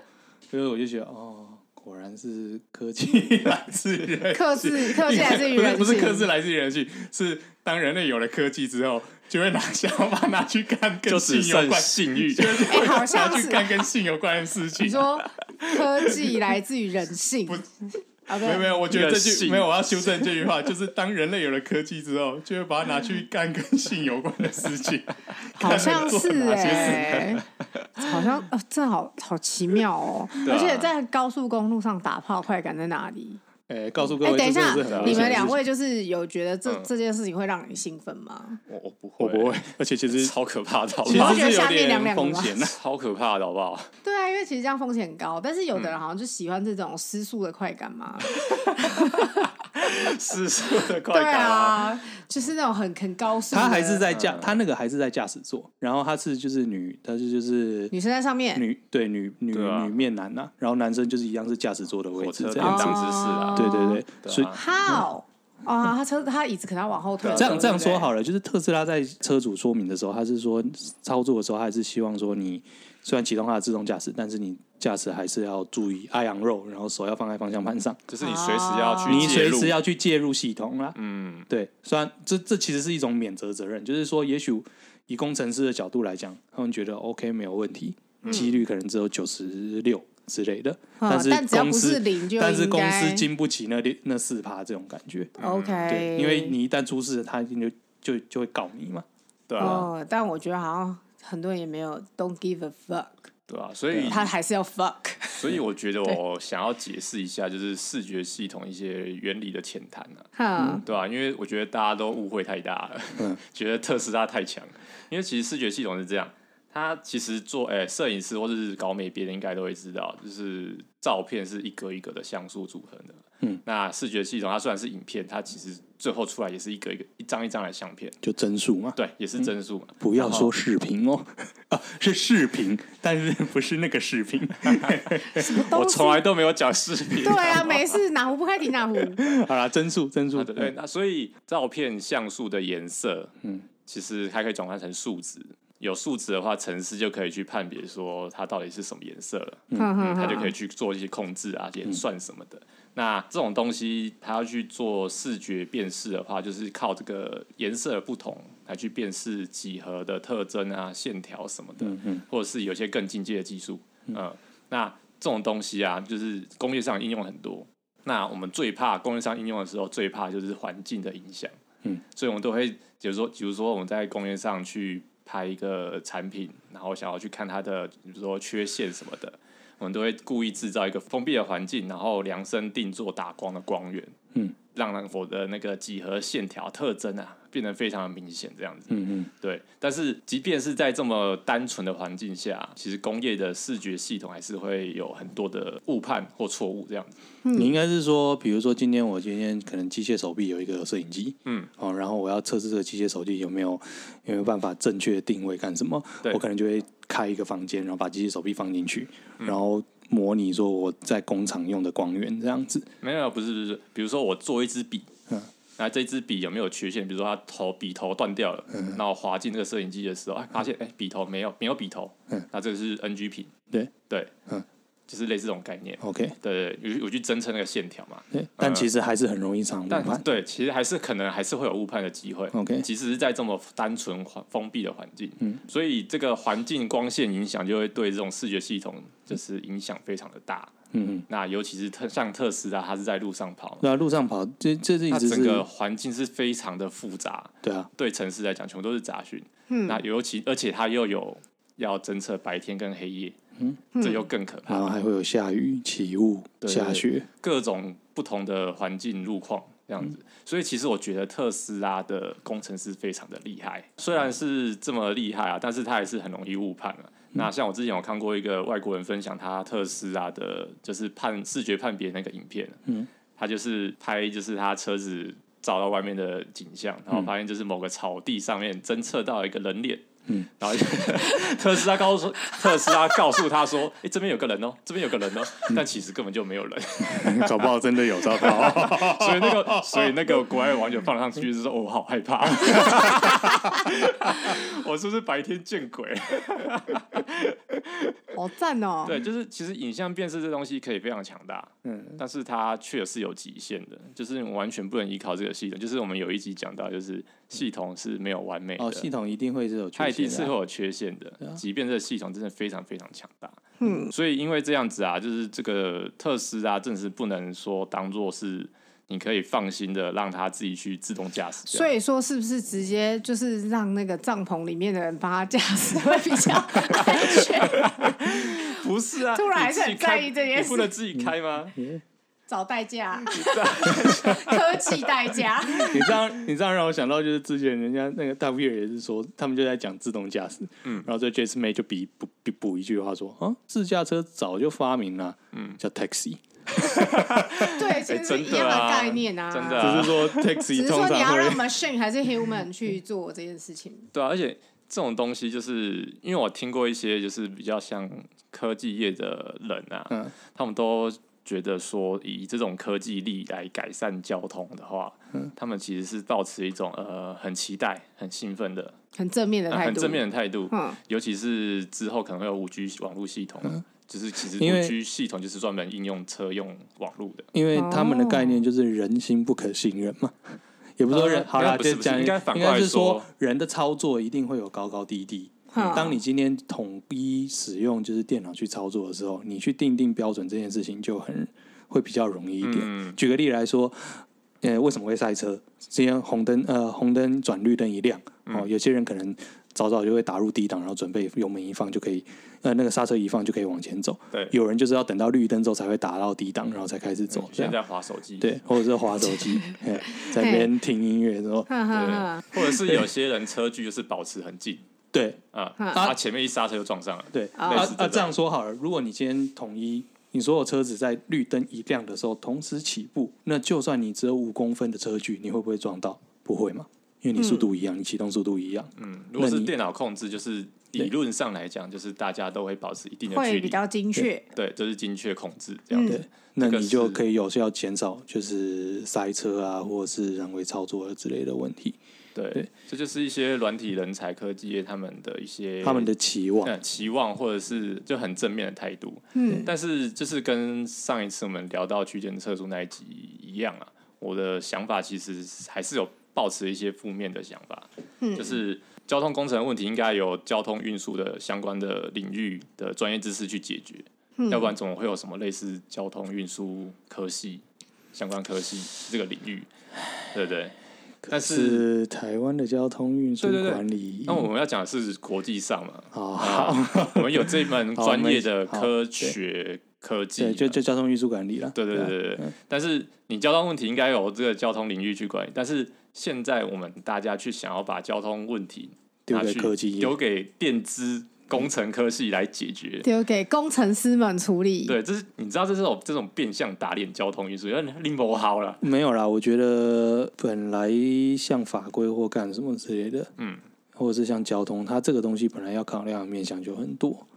Speaker 2: 就是我就觉得哦，果然是科技 来自人性，
Speaker 3: 克制克制还是 愚
Speaker 2: 不
Speaker 3: 人
Speaker 2: 是不是
Speaker 3: 性
Speaker 2: 克制来自于人性，是当人类有了科技之后，就会拿想要把它拿去干跟
Speaker 1: 就只
Speaker 2: 性有
Speaker 1: 剩
Speaker 2: 关，
Speaker 1: 性 欲。
Speaker 3: 哎、好像
Speaker 2: 拿去
Speaker 3: 是
Speaker 2: 干跟性有关的事
Speaker 3: 你
Speaker 2: 情。
Speaker 3: 说科技来自于人性啊 o
Speaker 2: 没有没有，我觉得这
Speaker 1: 人
Speaker 2: 句
Speaker 1: 性
Speaker 2: 没有，我要修正这句话，就是当人类有了科技之后，就会把它拿去干跟性有关的事情。
Speaker 3: 好像
Speaker 2: 看人
Speaker 3: 是
Speaker 2: 做哪些
Speaker 3: 哎、 好像呃，这好好奇妙哦、
Speaker 1: 对啊
Speaker 3: 而且在高速公路上打炮，快感在哪里？
Speaker 2: 哎、告诉各
Speaker 3: 哎、
Speaker 2: 位，
Speaker 3: 等一
Speaker 2: 这
Speaker 3: 下
Speaker 2: 真的是很，危
Speaker 3: 你
Speaker 2: 险
Speaker 3: 们
Speaker 2: 的
Speaker 3: 两
Speaker 2: 事情，
Speaker 3: 位就是有觉得这、
Speaker 1: 嗯
Speaker 3: 这件事情会让你兴奋吗？
Speaker 1: 我我不会，
Speaker 2: 我不会，而且其 实
Speaker 1: 超可怕的，好
Speaker 2: 其
Speaker 1: 不
Speaker 3: 你
Speaker 1: 好
Speaker 3: 不
Speaker 2: 实
Speaker 3: 觉得
Speaker 2: 是有
Speaker 3: 下面凉
Speaker 2: 点
Speaker 3: 凉的
Speaker 2: 风
Speaker 3: 吗
Speaker 2: 险的、啊
Speaker 1: 超可怕的，好不好？
Speaker 3: 对啊，因为其实这样风险很高，但是有的人好像就喜欢这种失速的快感嘛。
Speaker 1: 是 速的快
Speaker 3: 对
Speaker 1: 感！
Speaker 3: 啊，就是那种很很高速的，
Speaker 2: 他还是在驾
Speaker 1: 嗯，
Speaker 2: 他那个还是在驾驶座，然后他是就是女，他是就是
Speaker 3: 女生在上面，
Speaker 2: 女对女女
Speaker 1: 对啊
Speaker 2: 女面男呐、然后男生就是一样是驾驶座的位
Speaker 1: 火
Speaker 2: 置
Speaker 1: 车
Speaker 3: 哦
Speaker 2: 这
Speaker 1: 典
Speaker 2: 样
Speaker 1: 当
Speaker 2: 子
Speaker 1: 之，势啊，
Speaker 2: 对对对，
Speaker 1: 对啊
Speaker 2: 所以
Speaker 3: 好，哦，他车他椅子可能要往后退。
Speaker 2: 这样这样
Speaker 3: 对不对
Speaker 2: 说好了，就是特斯拉在车主说明的时候，他是说操作的时候，他还是希望说你虽然启动它的自动驾驶，但是你驾驶还是要注意 eye on road，然后手要放在方向盘上，
Speaker 1: 就是你随时要
Speaker 3: 嗯
Speaker 1: 去
Speaker 2: 你
Speaker 1: 介
Speaker 2: 随
Speaker 1: 入
Speaker 2: 时要去介入系统啦。
Speaker 1: 嗯，
Speaker 2: 对，虽然这这其实是一种免责责任，就是说，也许以工程师的角度来讲，他们觉得 OK 没有问题，几率可能只有九十六之类的，
Speaker 3: 嗯
Speaker 2: 但是
Speaker 3: 但只要
Speaker 2: 公
Speaker 3: 不
Speaker 2: 司
Speaker 3: 是零就
Speaker 2: 但是
Speaker 3: 应
Speaker 2: 公
Speaker 3: 该
Speaker 2: 司经不起那六那四趴这种感觉，
Speaker 3: OK，
Speaker 2: 对，因为你一旦出事，他一定就就就会告你嘛。
Speaker 1: 对啊，
Speaker 3: 哦，但我觉得好像很多人也没有 don't give a fuck，
Speaker 1: 对啊，所以
Speaker 3: 他还是要 fuck。
Speaker 1: 所以我觉得我想要解释一下，就是视觉系统一些原理的浅谈啊。
Speaker 2: 嗯
Speaker 3: 哼，
Speaker 1: 对啊，因为我觉得大家都误会太大了， 觉得特斯拉太强。因为其实视觉系统是这样，它其实做诶摄、影师或者是搞美编的应该都会知道，就是照片是一格一格的像素组成的。
Speaker 2: 嗯，
Speaker 1: 那视觉系统它虽然是影片，它其实最后出来也是一个一个一张一张的相片，
Speaker 2: 就帧数嘛，
Speaker 1: 对，也是帧数嘛。
Speaker 2: 不要说视频哦， 啊，是视频，但是不是那个 视频。
Speaker 3: 什么
Speaker 1: 我
Speaker 3: 东西
Speaker 1: 从？来都没有讲视频。
Speaker 3: 对啊，没事，哪壶不开提哪壶。
Speaker 2: 好啦，帧数，帧数，
Speaker 1: 啊，对对，那所以照片像素的颜色，嗯，其实它可以转换成数值。有数值的话，城市就可以去判别说它到底是什么颜色了，
Speaker 3: 哼哼
Speaker 2: 嗯
Speaker 1: 它就
Speaker 3: 哼
Speaker 1: 可以去做一些控制啊、演算什么的。那这种东西，它要去做视觉辨识的话，就是靠这个颜色的不同来去辨识几何的特征啊、线条什么的，或者是有些更进阶的技术。嗯、那这种东西啊，就是工业上应用很多。那我们最怕工业上应用的时候，最怕就是环境的影响。
Speaker 2: 嗯，
Speaker 1: 所以我们都会，比如说，比如说我们在工业上去拍一个产品，然后想要去看它的，比如说缺陷什么的，我们都会故意制造一个封闭的环境，然后量身定做打光的光源。
Speaker 2: 嗯，
Speaker 1: 让我的那个几何线条特征啊，变得非常的明显，这样子。
Speaker 2: 嗯嗯，
Speaker 1: 对，但是即便是在这么单纯的环境下，其实工业的视觉系统还是会有很多的误判或错误这样子。
Speaker 2: 你应该是说，比如说今天我今天可能机械手臂有一个摄影机，
Speaker 1: 嗯，
Speaker 2: 哦，然后我要测试这个机械手臂有没有有没有办法正确定位干什么，
Speaker 1: 对
Speaker 2: 我可能就会开一个房间，然后把机械手臂放进去，
Speaker 1: 嗯
Speaker 2: 然后模拟说我在工厂用的光源这样子，
Speaker 1: 没有，不是不是，比如说我做一支笔，
Speaker 2: 嗯
Speaker 1: 那这支笔有没有缺陷？比如说它头笔头断掉了，
Speaker 2: 嗯
Speaker 1: 那我滑进这个摄影机的时候，哎，发现哎笔头没有没有笔头，
Speaker 2: 嗯
Speaker 1: 那这个是 NG 品，
Speaker 2: 对
Speaker 1: 对，
Speaker 2: 嗯
Speaker 1: 就是类似这种概念。
Speaker 2: ，OK，
Speaker 1: 对，对对我我去侦测那个线条嘛，
Speaker 2: 对，但其实还是很容易上误
Speaker 1: 呃但
Speaker 2: 判
Speaker 1: 对，其实还是可能还是会有误判的机会。
Speaker 2: 嗯，OK，
Speaker 1: 即使是在这么单纯环封闭的环境，
Speaker 2: 嗯
Speaker 1: 所以这个环境光线影响就会对这种视觉系统就是影响非常的大。
Speaker 2: 嗯嗯。
Speaker 1: 那尤其是特像特斯拉，它是在路上跑，
Speaker 2: 对啊，路上跑，这这是一
Speaker 1: 它
Speaker 2: 直
Speaker 1: 整
Speaker 2: 是
Speaker 1: 个环境是非常的复杂，
Speaker 2: 对啊，
Speaker 1: 对城市来讲全部都是杂讯。
Speaker 2: 嗯
Speaker 1: 那尤其而且它又有要侦测白天跟黑夜，
Speaker 2: 嗯
Speaker 1: 这又更可怕。
Speaker 2: 然后还会有下雨、起雾、
Speaker 1: 对
Speaker 2: 下雪，
Speaker 1: 各种不同的环境路况这样子。所以其实我觉得特斯拉的工程师非常的厉害，虽然是这么厉害啊，但是他还是很容易误判啊。
Speaker 2: 嗯
Speaker 1: 那像我之前有看过一个外国人分享他特斯拉的，就是判视觉判别那个影片，啊
Speaker 2: 嗯，
Speaker 1: 他就是拍就是他车子照到外面的景
Speaker 2: 嗯
Speaker 1: 象，然后发现就是某个草地上面侦测到一个人脸。
Speaker 2: 嗯，
Speaker 1: 然后就 特斯拉告诉特斯拉告诉他说：“哎、这边有个人哦，这边有个人哦。”
Speaker 2: 嗯
Speaker 1: 但其实根本就没有人，
Speaker 2: 搞不好真的有照 到。
Speaker 1: 所以那 个，所以那个国外网友放上去就是说，哦我好害怕， 我是不是白天见鬼？
Speaker 3: 好赞
Speaker 2: 啊
Speaker 3: 哦！
Speaker 1: 对，就是其实影像辨识这东西可以非常强大，
Speaker 2: 嗯，
Speaker 1: 但是它确实有极限的，就是我们完全不能依靠这个系统。就是我们有一集讲到，就是系统是没有完美的，
Speaker 2: 哦，系统一定会是有
Speaker 1: 它
Speaker 2: 缺
Speaker 1: 一定是
Speaker 2: 陷
Speaker 1: 会
Speaker 2: 的啊。
Speaker 1: 有缺陷的，即便这个系统真的非常非常强大。
Speaker 3: 嗯，
Speaker 1: 所以因为这样子啊，就是这个特斯拉正是不能说当做是你可以放心的让它自己去自动驾驶这样。
Speaker 3: 所以说是不是直接就是让那个帐篷里面的人帮他驾驶会比较 安全？
Speaker 1: 不是啊，
Speaker 3: 突然还
Speaker 1: 你
Speaker 3: 是
Speaker 1: 自己
Speaker 3: 很在意
Speaker 1: 开
Speaker 3: 这件
Speaker 1: 你不
Speaker 3: 事
Speaker 1: 能自己开吗？
Speaker 2: 嗯
Speaker 3: 找代 驾，科技代驾，
Speaker 2: 你这样，你这样让我想到，就是之前人家那个大 V 也是说，他们就在讲自动驾驶，嗯，然后这 Jason May 就比补比补一句话说，啊，自驾车早就发明了，嗯，叫 taxi，
Speaker 3: 对，
Speaker 2: 哎
Speaker 3: 其实是
Speaker 1: 真
Speaker 3: 一
Speaker 1: 的
Speaker 3: 样的
Speaker 1: 啊
Speaker 3: 概念啊。
Speaker 1: 真的啊
Speaker 2: 只是说
Speaker 3: 只
Speaker 2: taxi
Speaker 3: 是
Speaker 2: 通
Speaker 3: 说你
Speaker 2: 常
Speaker 3: 要让
Speaker 2: 会，
Speaker 3: machine 还是 human 去做这件事情。
Speaker 1: 对啊，而且这种东西就是因为我听过一些就是比较像科技业的人啊，
Speaker 2: 嗯
Speaker 1: 他们都觉得说以这种科技力来改善交通的话，
Speaker 2: 嗯
Speaker 1: 他们其实是抱持一种呃很期待、很兴奋的、
Speaker 3: 很正面的
Speaker 1: 呃
Speaker 3: 态
Speaker 1: 很
Speaker 3: 度，
Speaker 1: 正面的态度。
Speaker 3: 嗯
Speaker 1: 尤其是之后可能会有五 G 网络系统，啊就是其实
Speaker 2: 嗯因为
Speaker 1: 五 G 系统就是专门应用车用网络的。
Speaker 2: 因为他们的概念就是人心不可信任嘛， 也不是说人、
Speaker 1: 呃
Speaker 2: 好
Speaker 1: 没
Speaker 2: 啦，
Speaker 1: 有不是
Speaker 2: 就
Speaker 1: 不是
Speaker 2: 讲
Speaker 1: 应该反过来
Speaker 2: 是说
Speaker 1: 说
Speaker 2: 人的操作一定会有高高低低。
Speaker 3: 嗯
Speaker 2: 当你今天统一使用就是电脑去操作的时候，你去定定标准这件事情就很会比较容易一点。
Speaker 1: 嗯
Speaker 2: 举个例来说，呃，为什么会塞车？今天红灯呃红灯转绿灯一亮，
Speaker 1: 嗯
Speaker 2: 哦，有些人可能早早就会打入低档，然后准备油门一放就可以，呃，那个刹车一放就可以往前走。
Speaker 1: 对，
Speaker 2: 有人就是要等到绿灯之后才会打到低档，然后才开始走。这
Speaker 1: 现
Speaker 2: 样
Speaker 1: 在划手机，
Speaker 2: 啊对，或者是滑手 机，嘿在那边听音乐的时候，
Speaker 3: 哼哼哼
Speaker 1: 对，或者是有些人车距就是保持很近
Speaker 2: 对
Speaker 1: 啊，
Speaker 3: 嗯
Speaker 1: 他前面一刹车就撞上了。
Speaker 2: 对。
Speaker 1: 类
Speaker 2: 啊
Speaker 1: 似这
Speaker 2: 啊，
Speaker 1: 种
Speaker 2: 这样说好了，如果你今天统一，你所有车子在绿灯一亮的时候同时起步，那就算你只有五公分的车距，你会不会撞到？不会嘛，因为你速度一样，你启动速度一样。
Speaker 1: 嗯，如果
Speaker 2: 那
Speaker 1: 是
Speaker 2: 你
Speaker 1: 电脑控制，就是理论上来讲，就是大家都会保持一定的距
Speaker 3: 会
Speaker 1: 离
Speaker 3: 比，较精确。
Speaker 1: 对，这、是精确控制这样子。
Speaker 2: 那
Speaker 1: 这个
Speaker 2: 你就是可以有效减少就是塞车啊，或者是人为操作之类的问题，
Speaker 1: 对，这就是一些软体人才、科技业他们的一些
Speaker 2: 他们的期望。
Speaker 1: 呃期望，或者是就很正面的态度。
Speaker 3: 嗯，
Speaker 1: 但是就是跟上一次我们聊到区间测速那一集一样啊，我的想法其实还是有抱持一些负面的想法，
Speaker 3: 嗯
Speaker 1: 就是交通工程问题应该由交通运输的相关的领域的专业知识去解决，
Speaker 3: 嗯
Speaker 1: 要不然总会有什么类似交通运输科系相关科系这个领域，对不对？但是
Speaker 2: 是台湾的交通运输
Speaker 1: 对对对
Speaker 2: 管理，
Speaker 1: 那我们要讲的是国际上嘛，
Speaker 2: 哦好
Speaker 1: 啊，我们有这门
Speaker 2: 好
Speaker 1: 专
Speaker 2: 没
Speaker 1: 业
Speaker 2: 事
Speaker 1: 的
Speaker 2: 好
Speaker 1: 科
Speaker 2: 对
Speaker 1: 学科技
Speaker 2: 对，
Speaker 1: 嘛，
Speaker 2: 就就交通运输管理了。
Speaker 1: 对对
Speaker 2: 啊
Speaker 1: 对对对，但是你交通问题应该由这个交通领域去管理，但是现在我们大家去想要把交通问题
Speaker 2: 丢
Speaker 1: 拿
Speaker 2: 给
Speaker 1: 去
Speaker 2: 科技业
Speaker 1: 丢给电资工程科系来解决。
Speaker 3: 丢给工程师们处理。
Speaker 1: 对，这是你知道这是种这种变相打脸交通运输，因为拎不好了。
Speaker 2: 没有啦，我觉得本来像法规或干什么之类的，
Speaker 1: 嗯，
Speaker 2: 或者是像交通，它这个东西本来要考量的面向就很多。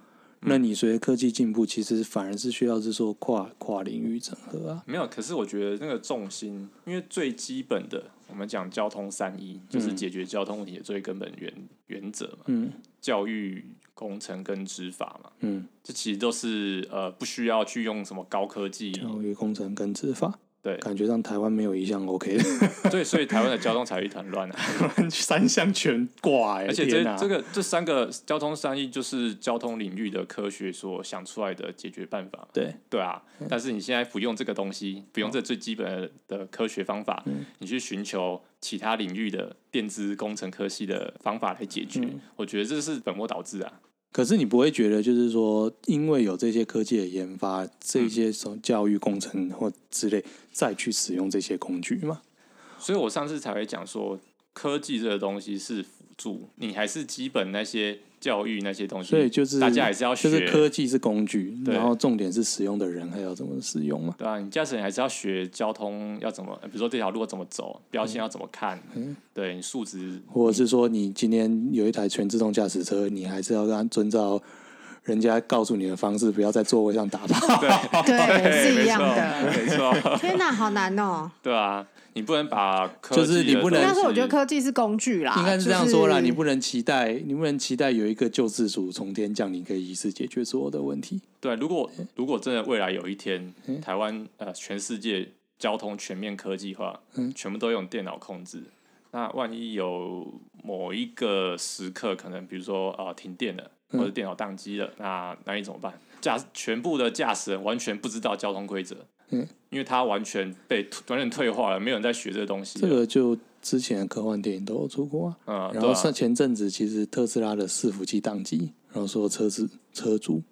Speaker 1: 嗯
Speaker 2: 那你随着科技进步，其实反而是需要是说跨跨领域整合啊。
Speaker 1: 没有，可是我觉得那个重心，因为最基本的，我们讲交通三一，就是解决交通问题的最根本原原则嘛，
Speaker 2: 嗯
Speaker 1: 教育、工程跟执法嘛，
Speaker 2: 嗯，
Speaker 1: 这其实都是呃不需要去用什么高科技，
Speaker 2: 教育、工程跟执法，
Speaker 1: 对，
Speaker 2: 感觉上台湾没有一项 OK 的，
Speaker 1: 对，所以台湾的交通才一团乱啊！
Speaker 2: 三项全挂哎、
Speaker 1: 而且这
Speaker 2: 天哪
Speaker 1: 这个这三个交通三义就是交通领域的科学所想出来的解决办法，
Speaker 2: 对
Speaker 1: 对啊。
Speaker 2: 嗯
Speaker 1: 但是你现在不用这个东西，不用这最基本的科学方法，
Speaker 2: 嗯
Speaker 1: 你去寻求其他领域的电子工程科系的方法来解决，
Speaker 2: 嗯
Speaker 1: 我觉得这是本末倒置啊。
Speaker 2: 可是你不会觉得，就是说，因为有这些科技的研发，这些什么教育工程或之类，再去使用这些工具吗？
Speaker 1: 所以我上次才会讲说，科技这个东西是辅助，你还是基本那些教育那些东西，
Speaker 2: 所以就是
Speaker 1: 大家还是要学
Speaker 2: 就是科技是工具，
Speaker 1: 对
Speaker 2: 然后重点是使用的人还要怎么使用嘛。
Speaker 1: 对啊，你驾驶人还是要学交通要怎么，呃比如说这条路要怎么走，标线要怎么看，
Speaker 2: 嗯
Speaker 1: 对你数 值，
Speaker 2: 或者是说，你今天有一台全自动驾驶车，你还是要按遵照人家告诉你的方式，不要在座位上 打炮。
Speaker 3: 对，是
Speaker 1: 没
Speaker 3: 一样
Speaker 1: 错
Speaker 3: 的。，
Speaker 1: 没错，
Speaker 3: 天哪，好 难哦！
Speaker 1: 对啊，你不能把科
Speaker 2: 就是
Speaker 1: 技
Speaker 2: 你
Speaker 1: 的
Speaker 2: 不能
Speaker 3: 应
Speaker 1: 东
Speaker 3: 该
Speaker 1: 西
Speaker 3: 说，我觉得科技是工具啦，
Speaker 2: 应该是这样说啦，
Speaker 3: 就是
Speaker 2: 你不能期待，你不能期待有一个救世主从天降临，可以一次解决所有的问题。
Speaker 1: 对，啊如果如果真的未来有一天，台湾呃全世界交通全面科技化，
Speaker 2: 嗯
Speaker 1: 全部都用电脑控制，那万一有某一个时刻，可能比如说啊、呃停电了，
Speaker 2: 嗯
Speaker 1: 或者电脑宕机了，那那你怎么办？驾全部的驾驶人完全不知道交通规则，
Speaker 2: 嗯，
Speaker 1: 因为他完全被完全退化了，没有人在学这个东西
Speaker 2: 这
Speaker 1: 了，
Speaker 2: 个就之前的科幻电影都有出过啊。
Speaker 1: 嗯，
Speaker 2: 然
Speaker 1: 对
Speaker 2: 后
Speaker 1: 啊
Speaker 2: 上前阵子，其实特斯拉的伺服器宕机，然后所有车子车主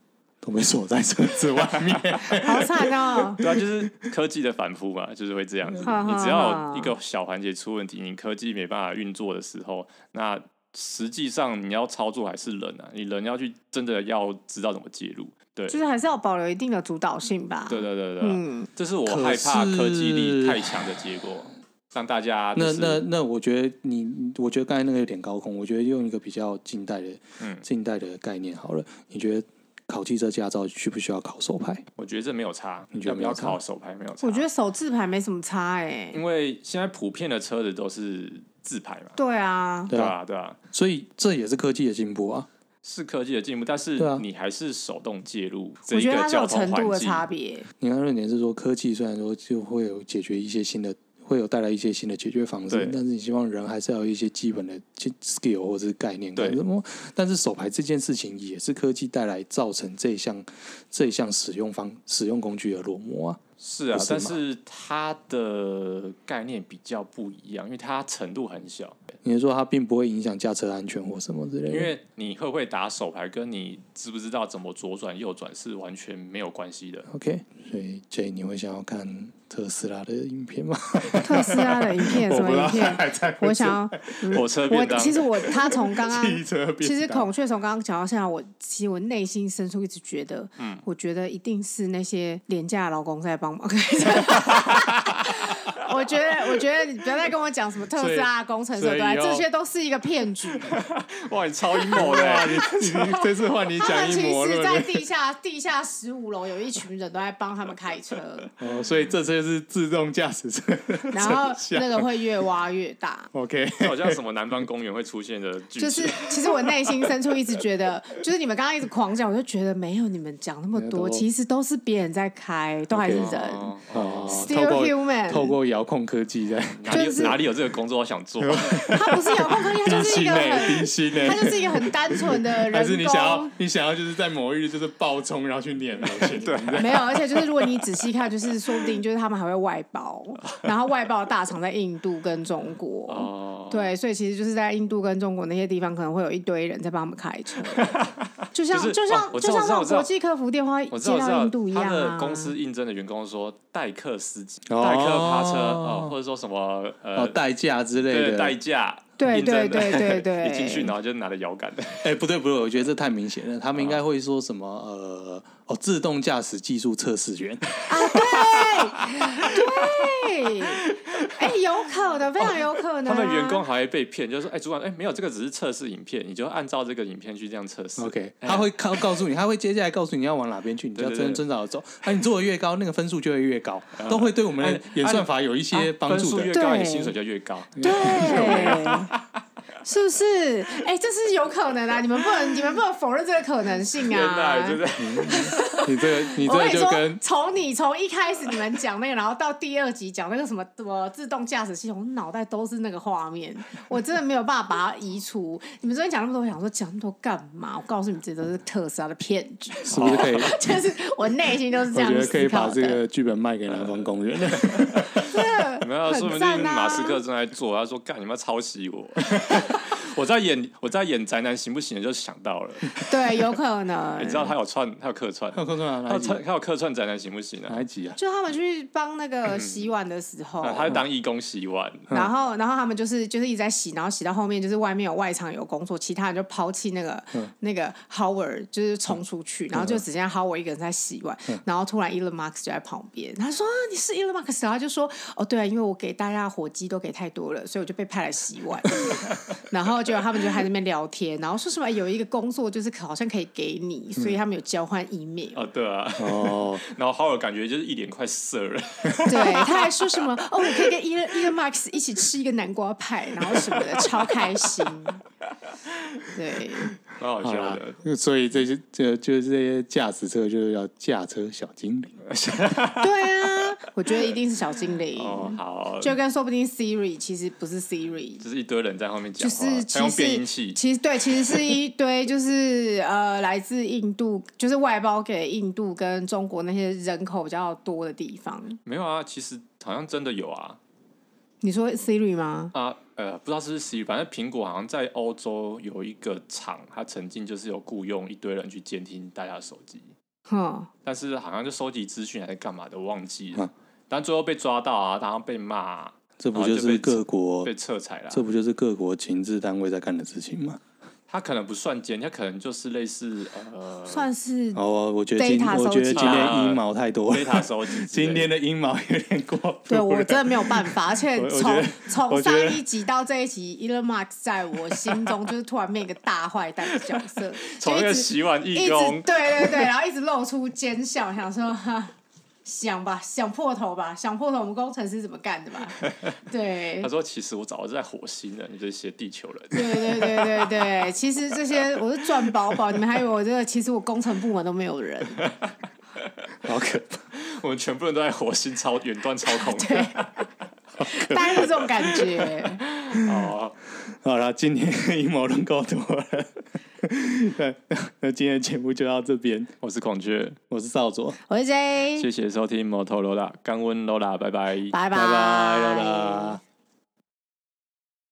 Speaker 2: 都被锁在车子外面。
Speaker 3: 好惨哦。
Speaker 1: 对啊，就是科技的反复嘛，就是会这样子。
Speaker 3: 嗯
Speaker 1: 你只要一个小环节出问题，你科技没办法运作的时候，那实际上你要操作还是人啊，你人要去真的要知道怎么介入。对，
Speaker 3: 就是还是要保留一定的主导性吧。
Speaker 1: 对对对对，啊
Speaker 3: 嗯，
Speaker 1: 这是我
Speaker 2: 可
Speaker 1: 害怕科技力
Speaker 2: 是
Speaker 1: 太强的结果，让大家、就
Speaker 2: 那
Speaker 1: 是、
Speaker 2: 那那，我觉得你，我觉得刚才那个有点高空，我觉得用一个比较近代的、
Speaker 1: 嗯
Speaker 2: 近代的概念好了。你觉得考汽车驾照需不需要考手牌？
Speaker 1: 我觉得这没有差，
Speaker 2: 你觉
Speaker 1: 要
Speaker 2: 得
Speaker 1: 不
Speaker 2: 没有
Speaker 1: 要
Speaker 2: 差
Speaker 1: 考手牌没有差？
Speaker 3: 我觉得手自牌没什么差哎、
Speaker 1: 因为现在普遍的车子都是自排嘛，
Speaker 3: 对啊，
Speaker 2: 对
Speaker 1: 对
Speaker 2: 啊
Speaker 1: 吧、对吧、
Speaker 2: 所以这也是科技的进步啊。
Speaker 1: 是科技的进步，但是
Speaker 2: 对啊
Speaker 1: 你还是手动介入这
Speaker 3: 我
Speaker 1: 一
Speaker 3: 觉得
Speaker 1: 个
Speaker 3: 它是有
Speaker 1: 交
Speaker 3: 程
Speaker 1: 通环
Speaker 3: 度的
Speaker 1: 境。
Speaker 3: 差别。
Speaker 2: 你看论点是说，科技虽然说就会有解决一些新的，会有带来一些新的解决方式
Speaker 1: 对，
Speaker 2: 但是你希望人还是要有一些基本的基 skill 或者是概念。
Speaker 1: 对
Speaker 2: 什么？但是手牌这件事情也是科技带来造成这项这项使用方使用工具的落寞啊。
Speaker 1: 是啊
Speaker 2: 不，是
Speaker 1: 但
Speaker 2: 吗
Speaker 1: 是它的概念比较不一样，因为它程度很小。
Speaker 3: 嗯
Speaker 2: 你是说它并不会影响驾车安全或什么之类的？
Speaker 1: 因为你会不会打手牌，跟你知不知道怎么左转右转是完全没有关系的。
Speaker 2: OK，所以 J 你会想要看特斯拉的影片吗？
Speaker 3: 特斯拉的影 片
Speaker 1: 我
Speaker 3: 什
Speaker 1: 不
Speaker 3: 么
Speaker 1: 知道
Speaker 3: 影片？
Speaker 1: 还在
Speaker 3: 我想要，
Speaker 1: 火车
Speaker 3: 嗯我
Speaker 1: 便当，
Speaker 3: 其实我他从刚 刚，
Speaker 1: 汽车便当，
Speaker 3: 其实孔雀从刚刚讲到现在，我其实我内心深处一直觉得，嗯，我觉得一定是那些廉价劳工在帮忙。 我觉得，我觉得你不要再跟我讲什么特斯拉工程师，
Speaker 1: 所以
Speaker 3: 对吧，
Speaker 1: 以后
Speaker 3: 这些都是一个骗局。
Speaker 1: 哇，你超阴谋 的，你 你这次换你
Speaker 3: 他们
Speaker 1: 讲
Speaker 3: 其
Speaker 1: 阴谋
Speaker 3: 实，
Speaker 1: 论
Speaker 3: 在
Speaker 1: 了，
Speaker 3: 地下地下十五楼有一群人都在帮他们开 车，
Speaker 1: 哦所以这次就是自动驾驶车。
Speaker 3: 然后
Speaker 1: 真相
Speaker 3: 那个会越挖越大。
Speaker 1: OK，这好像什么南方公园会出现的剧情，
Speaker 3: 就是，其实我内心深处一直觉得，就是你们刚刚一直狂讲，我就觉得没有你们讲那么
Speaker 2: 没有
Speaker 3: 多，
Speaker 2: 都
Speaker 3: 其实都是别人在开，都还是人
Speaker 1: 哦
Speaker 2: 哦，透
Speaker 3: Still
Speaker 2: 过透
Speaker 3: human，
Speaker 2: 过遥控科技在
Speaker 1: 哪里有
Speaker 3: 就是
Speaker 1: 哪里有这个工作我想 做？
Speaker 3: 他不是遥控科技，他 就是一个很，
Speaker 1: 心
Speaker 3: 他就是一个很单 纯的人工。
Speaker 1: 你想要就是在某一日就是爆冲，然后去撵人？ 对，
Speaker 3: 没有，而且就是如果你仔细看，就是说不定就是他们还会外包，然后外包的大厂在印度跟中国，
Speaker 1: 哦，
Speaker 3: 对，所以其实就是在印度跟中国那些地方，可能会有一堆人在帮他们开 车，就像、
Speaker 1: 就是
Speaker 3: 就像、
Speaker 1: 哦我知
Speaker 3: 就
Speaker 1: 道
Speaker 3: 像那
Speaker 1: 我
Speaker 3: 种
Speaker 1: 知道
Speaker 3: 国际客服电话
Speaker 1: 我知道，我
Speaker 3: 接到印
Speaker 1: 知
Speaker 3: 度一
Speaker 1: 道，
Speaker 3: 样
Speaker 1: 他
Speaker 3: 啊。哦
Speaker 1: 的公司应征的员工说代客司机、
Speaker 2: 哦
Speaker 1: 代客爬车哦，或者说什么
Speaker 2: 哦
Speaker 1: 呃
Speaker 2: 代驾之类
Speaker 1: 对
Speaker 2: 的
Speaker 1: 代驾，
Speaker 3: 对
Speaker 1: 应征的
Speaker 3: 对对对 对
Speaker 1: 一进去然后就拿着摇杆的，
Speaker 2: 哎、不对不对，我觉得这太明显了，他们应该会说什么呃哦，自动驾驶技术测试 员，
Speaker 3: 对，哎、有可能，非常有可能、
Speaker 1: 哦他
Speaker 3: 啊
Speaker 1: 们员工还会被骗，就说哎主管哎没有这个只是测试影片，你就按照这个影片去这样测试。
Speaker 2: OK，他会告告诉你，他会接下来告诉你要往哪边去，你就要
Speaker 1: 哎对对
Speaker 2: 真
Speaker 1: 对
Speaker 2: 真找走。啊，你做的越高，那个分数就会越高，都会对我们的
Speaker 1: 哎
Speaker 2: 演算法有一
Speaker 1: 啊
Speaker 2: 些帮
Speaker 1: 分
Speaker 2: 助
Speaker 1: 数越
Speaker 2: 的。
Speaker 1: 高，
Speaker 3: 对
Speaker 1: 你薪水就越高。
Speaker 3: 对，是不是？哎、这是有可能啊！你们不能，你们不能否认这个可能性
Speaker 1: 天
Speaker 3: 啊！
Speaker 1: 哪，真的
Speaker 2: 你这个你这
Speaker 3: 我
Speaker 2: 个
Speaker 3: 跟你
Speaker 2: 就
Speaker 3: 说
Speaker 2: 跟，
Speaker 3: 从你从一开始你们讲那个，然后到第二集讲那个什么什么自动驾驶系统，我脑袋都是那个 画面，我真的没有办法把它移除。你们昨天讲那么多，我想说讲那么多干嘛？我告诉你们，这都是特斯拉的骗局，
Speaker 2: 是不是可以？
Speaker 3: 就是我内心都是
Speaker 2: 我
Speaker 3: 这样
Speaker 2: 觉得可以
Speaker 3: 思
Speaker 2: 把
Speaker 3: 考
Speaker 2: 这
Speaker 3: 的。
Speaker 2: 个剧本卖给 南方公园。
Speaker 1: 没有，说不
Speaker 3: 很
Speaker 1: 定
Speaker 3: 赞啊
Speaker 1: 马斯克正在做，他说干你们要抄袭我。 我在演我在演宅男行不行，就想到 了。
Speaker 3: 对，有 可能。
Speaker 1: 你知道他有串，他有客串，
Speaker 2: 那空中啊
Speaker 1: 他
Speaker 2: 哪
Speaker 1: 有
Speaker 2: 一集
Speaker 1: 串，？他有客串宅男行不行啊？
Speaker 2: 哪一集啊？
Speaker 3: 就他们去帮那个洗碗的时候，
Speaker 1: 啊他当义工洗碗，
Speaker 3: 然后，然后他们就是就是一直在洗，然后洗到后面就是外面有外场有工作，其他人就抛弃那个、那个 Howard，就是冲出去，然后就只剩下 Howard 一个人在洗碗。然后突然 Elon Musk 就在旁边，他说、啊你是 Elon Musk，然后他就说：“哦，对啊，因为我给大家的火鸡都给太多了，所以我就被派来洗碗。”然后就他们就还在那边聊天，然后说什么有一个工作就是好像可以给你，所以他们有交换 email。
Speaker 1: 哦，对啊，
Speaker 2: 哦，
Speaker 1: 然后浩尔感觉就是一脸快色了，
Speaker 3: 对，他还说什么哦，我可以跟伊 l 伊 n Max 一起吃一个南瓜派，然后什么的，超开心。对，
Speaker 1: 蛮好
Speaker 2: 好
Speaker 1: 笑
Speaker 2: 啦
Speaker 1: 的。，
Speaker 2: 所以这些这就是这些驾驶车就是要驾车小精灵。
Speaker 3: 对啊，我觉得一定是小精灵，
Speaker 1: 哦，好，
Speaker 3: 就跟说不定 Siri 其实不是 Siri。
Speaker 1: 就是一堆人在后面
Speaker 3: 就
Speaker 1: 讲话
Speaker 3: 是，
Speaker 1: 他
Speaker 3: 其
Speaker 1: 用变音
Speaker 3: 实
Speaker 1: 器，
Speaker 3: 其实对，其实是一堆就是呃，来自印度，就是外包给印度跟中国那些人口比较多的地方。
Speaker 1: 没有啊，其实好像真的有啊
Speaker 3: 你说 Siri 吗？
Speaker 1: 啊呃，不知道是不是 Siri，反正苹果好像在欧洲有一个厂，它曾经就是有雇佣一堆人去监听大家的手机，
Speaker 3: 哼，
Speaker 1: 但是好像就收集资讯还是干嘛的，忘记了
Speaker 2: 嗯。
Speaker 1: 但最后被抓到啊，然后被骂啊、
Speaker 2: 哦这不就
Speaker 1: 然后就被
Speaker 2: 是各国
Speaker 1: 被彻踩了啊。
Speaker 2: 这不就是各国情治单位在干的事情吗？
Speaker 1: 它可能不算奸，它可能就是类似呃
Speaker 3: 算是
Speaker 2: 好，啊我我觉得今
Speaker 3: Data
Speaker 2: 我觉得
Speaker 3: 收集
Speaker 2: 今天阴谋太多了，
Speaker 1: data 收集之类的。
Speaker 2: 今天的阴谋有点过分。
Speaker 3: 对我真的没有办法，而且
Speaker 2: 我我觉
Speaker 3: 从
Speaker 2: 得我觉
Speaker 3: 从上
Speaker 2: 得
Speaker 3: 一集到这一集，Elon Musk 在我心中就是突然变一个大坏蛋的角 色，
Speaker 1: 从
Speaker 3: 就
Speaker 1: 那个
Speaker 3: 一直
Speaker 1: 洗碗
Speaker 3: 一
Speaker 1: 义
Speaker 3: 直
Speaker 1: 工
Speaker 3: 对，对对，然后一直露出奸笑，想说哈，想吧，想破头吧，想破头我们工程师怎么干的 吧？对
Speaker 1: 他，说其实我早就在火星了，你这些地球人。
Speaker 3: 对对对对对，其实这些我是赚饱饱，你们还以为我这个其实我工程部门都没 有人，
Speaker 2: 好可怕，
Speaker 1: 我们全部人都在火星操远端操控。
Speaker 3: 大概是这种感觉。
Speaker 1: 哦，
Speaker 2: 好了，今天的阴谋论够多了。 那那今天的节目就到这边，
Speaker 1: 我是孔雀，
Speaker 2: 我是少佐，
Speaker 3: 我是 J，
Speaker 1: 谢谢收听摩托罗拉，干温罗拉，拜拜，
Speaker 2: 拜拜，
Speaker 3: 拜
Speaker 2: 拜拜。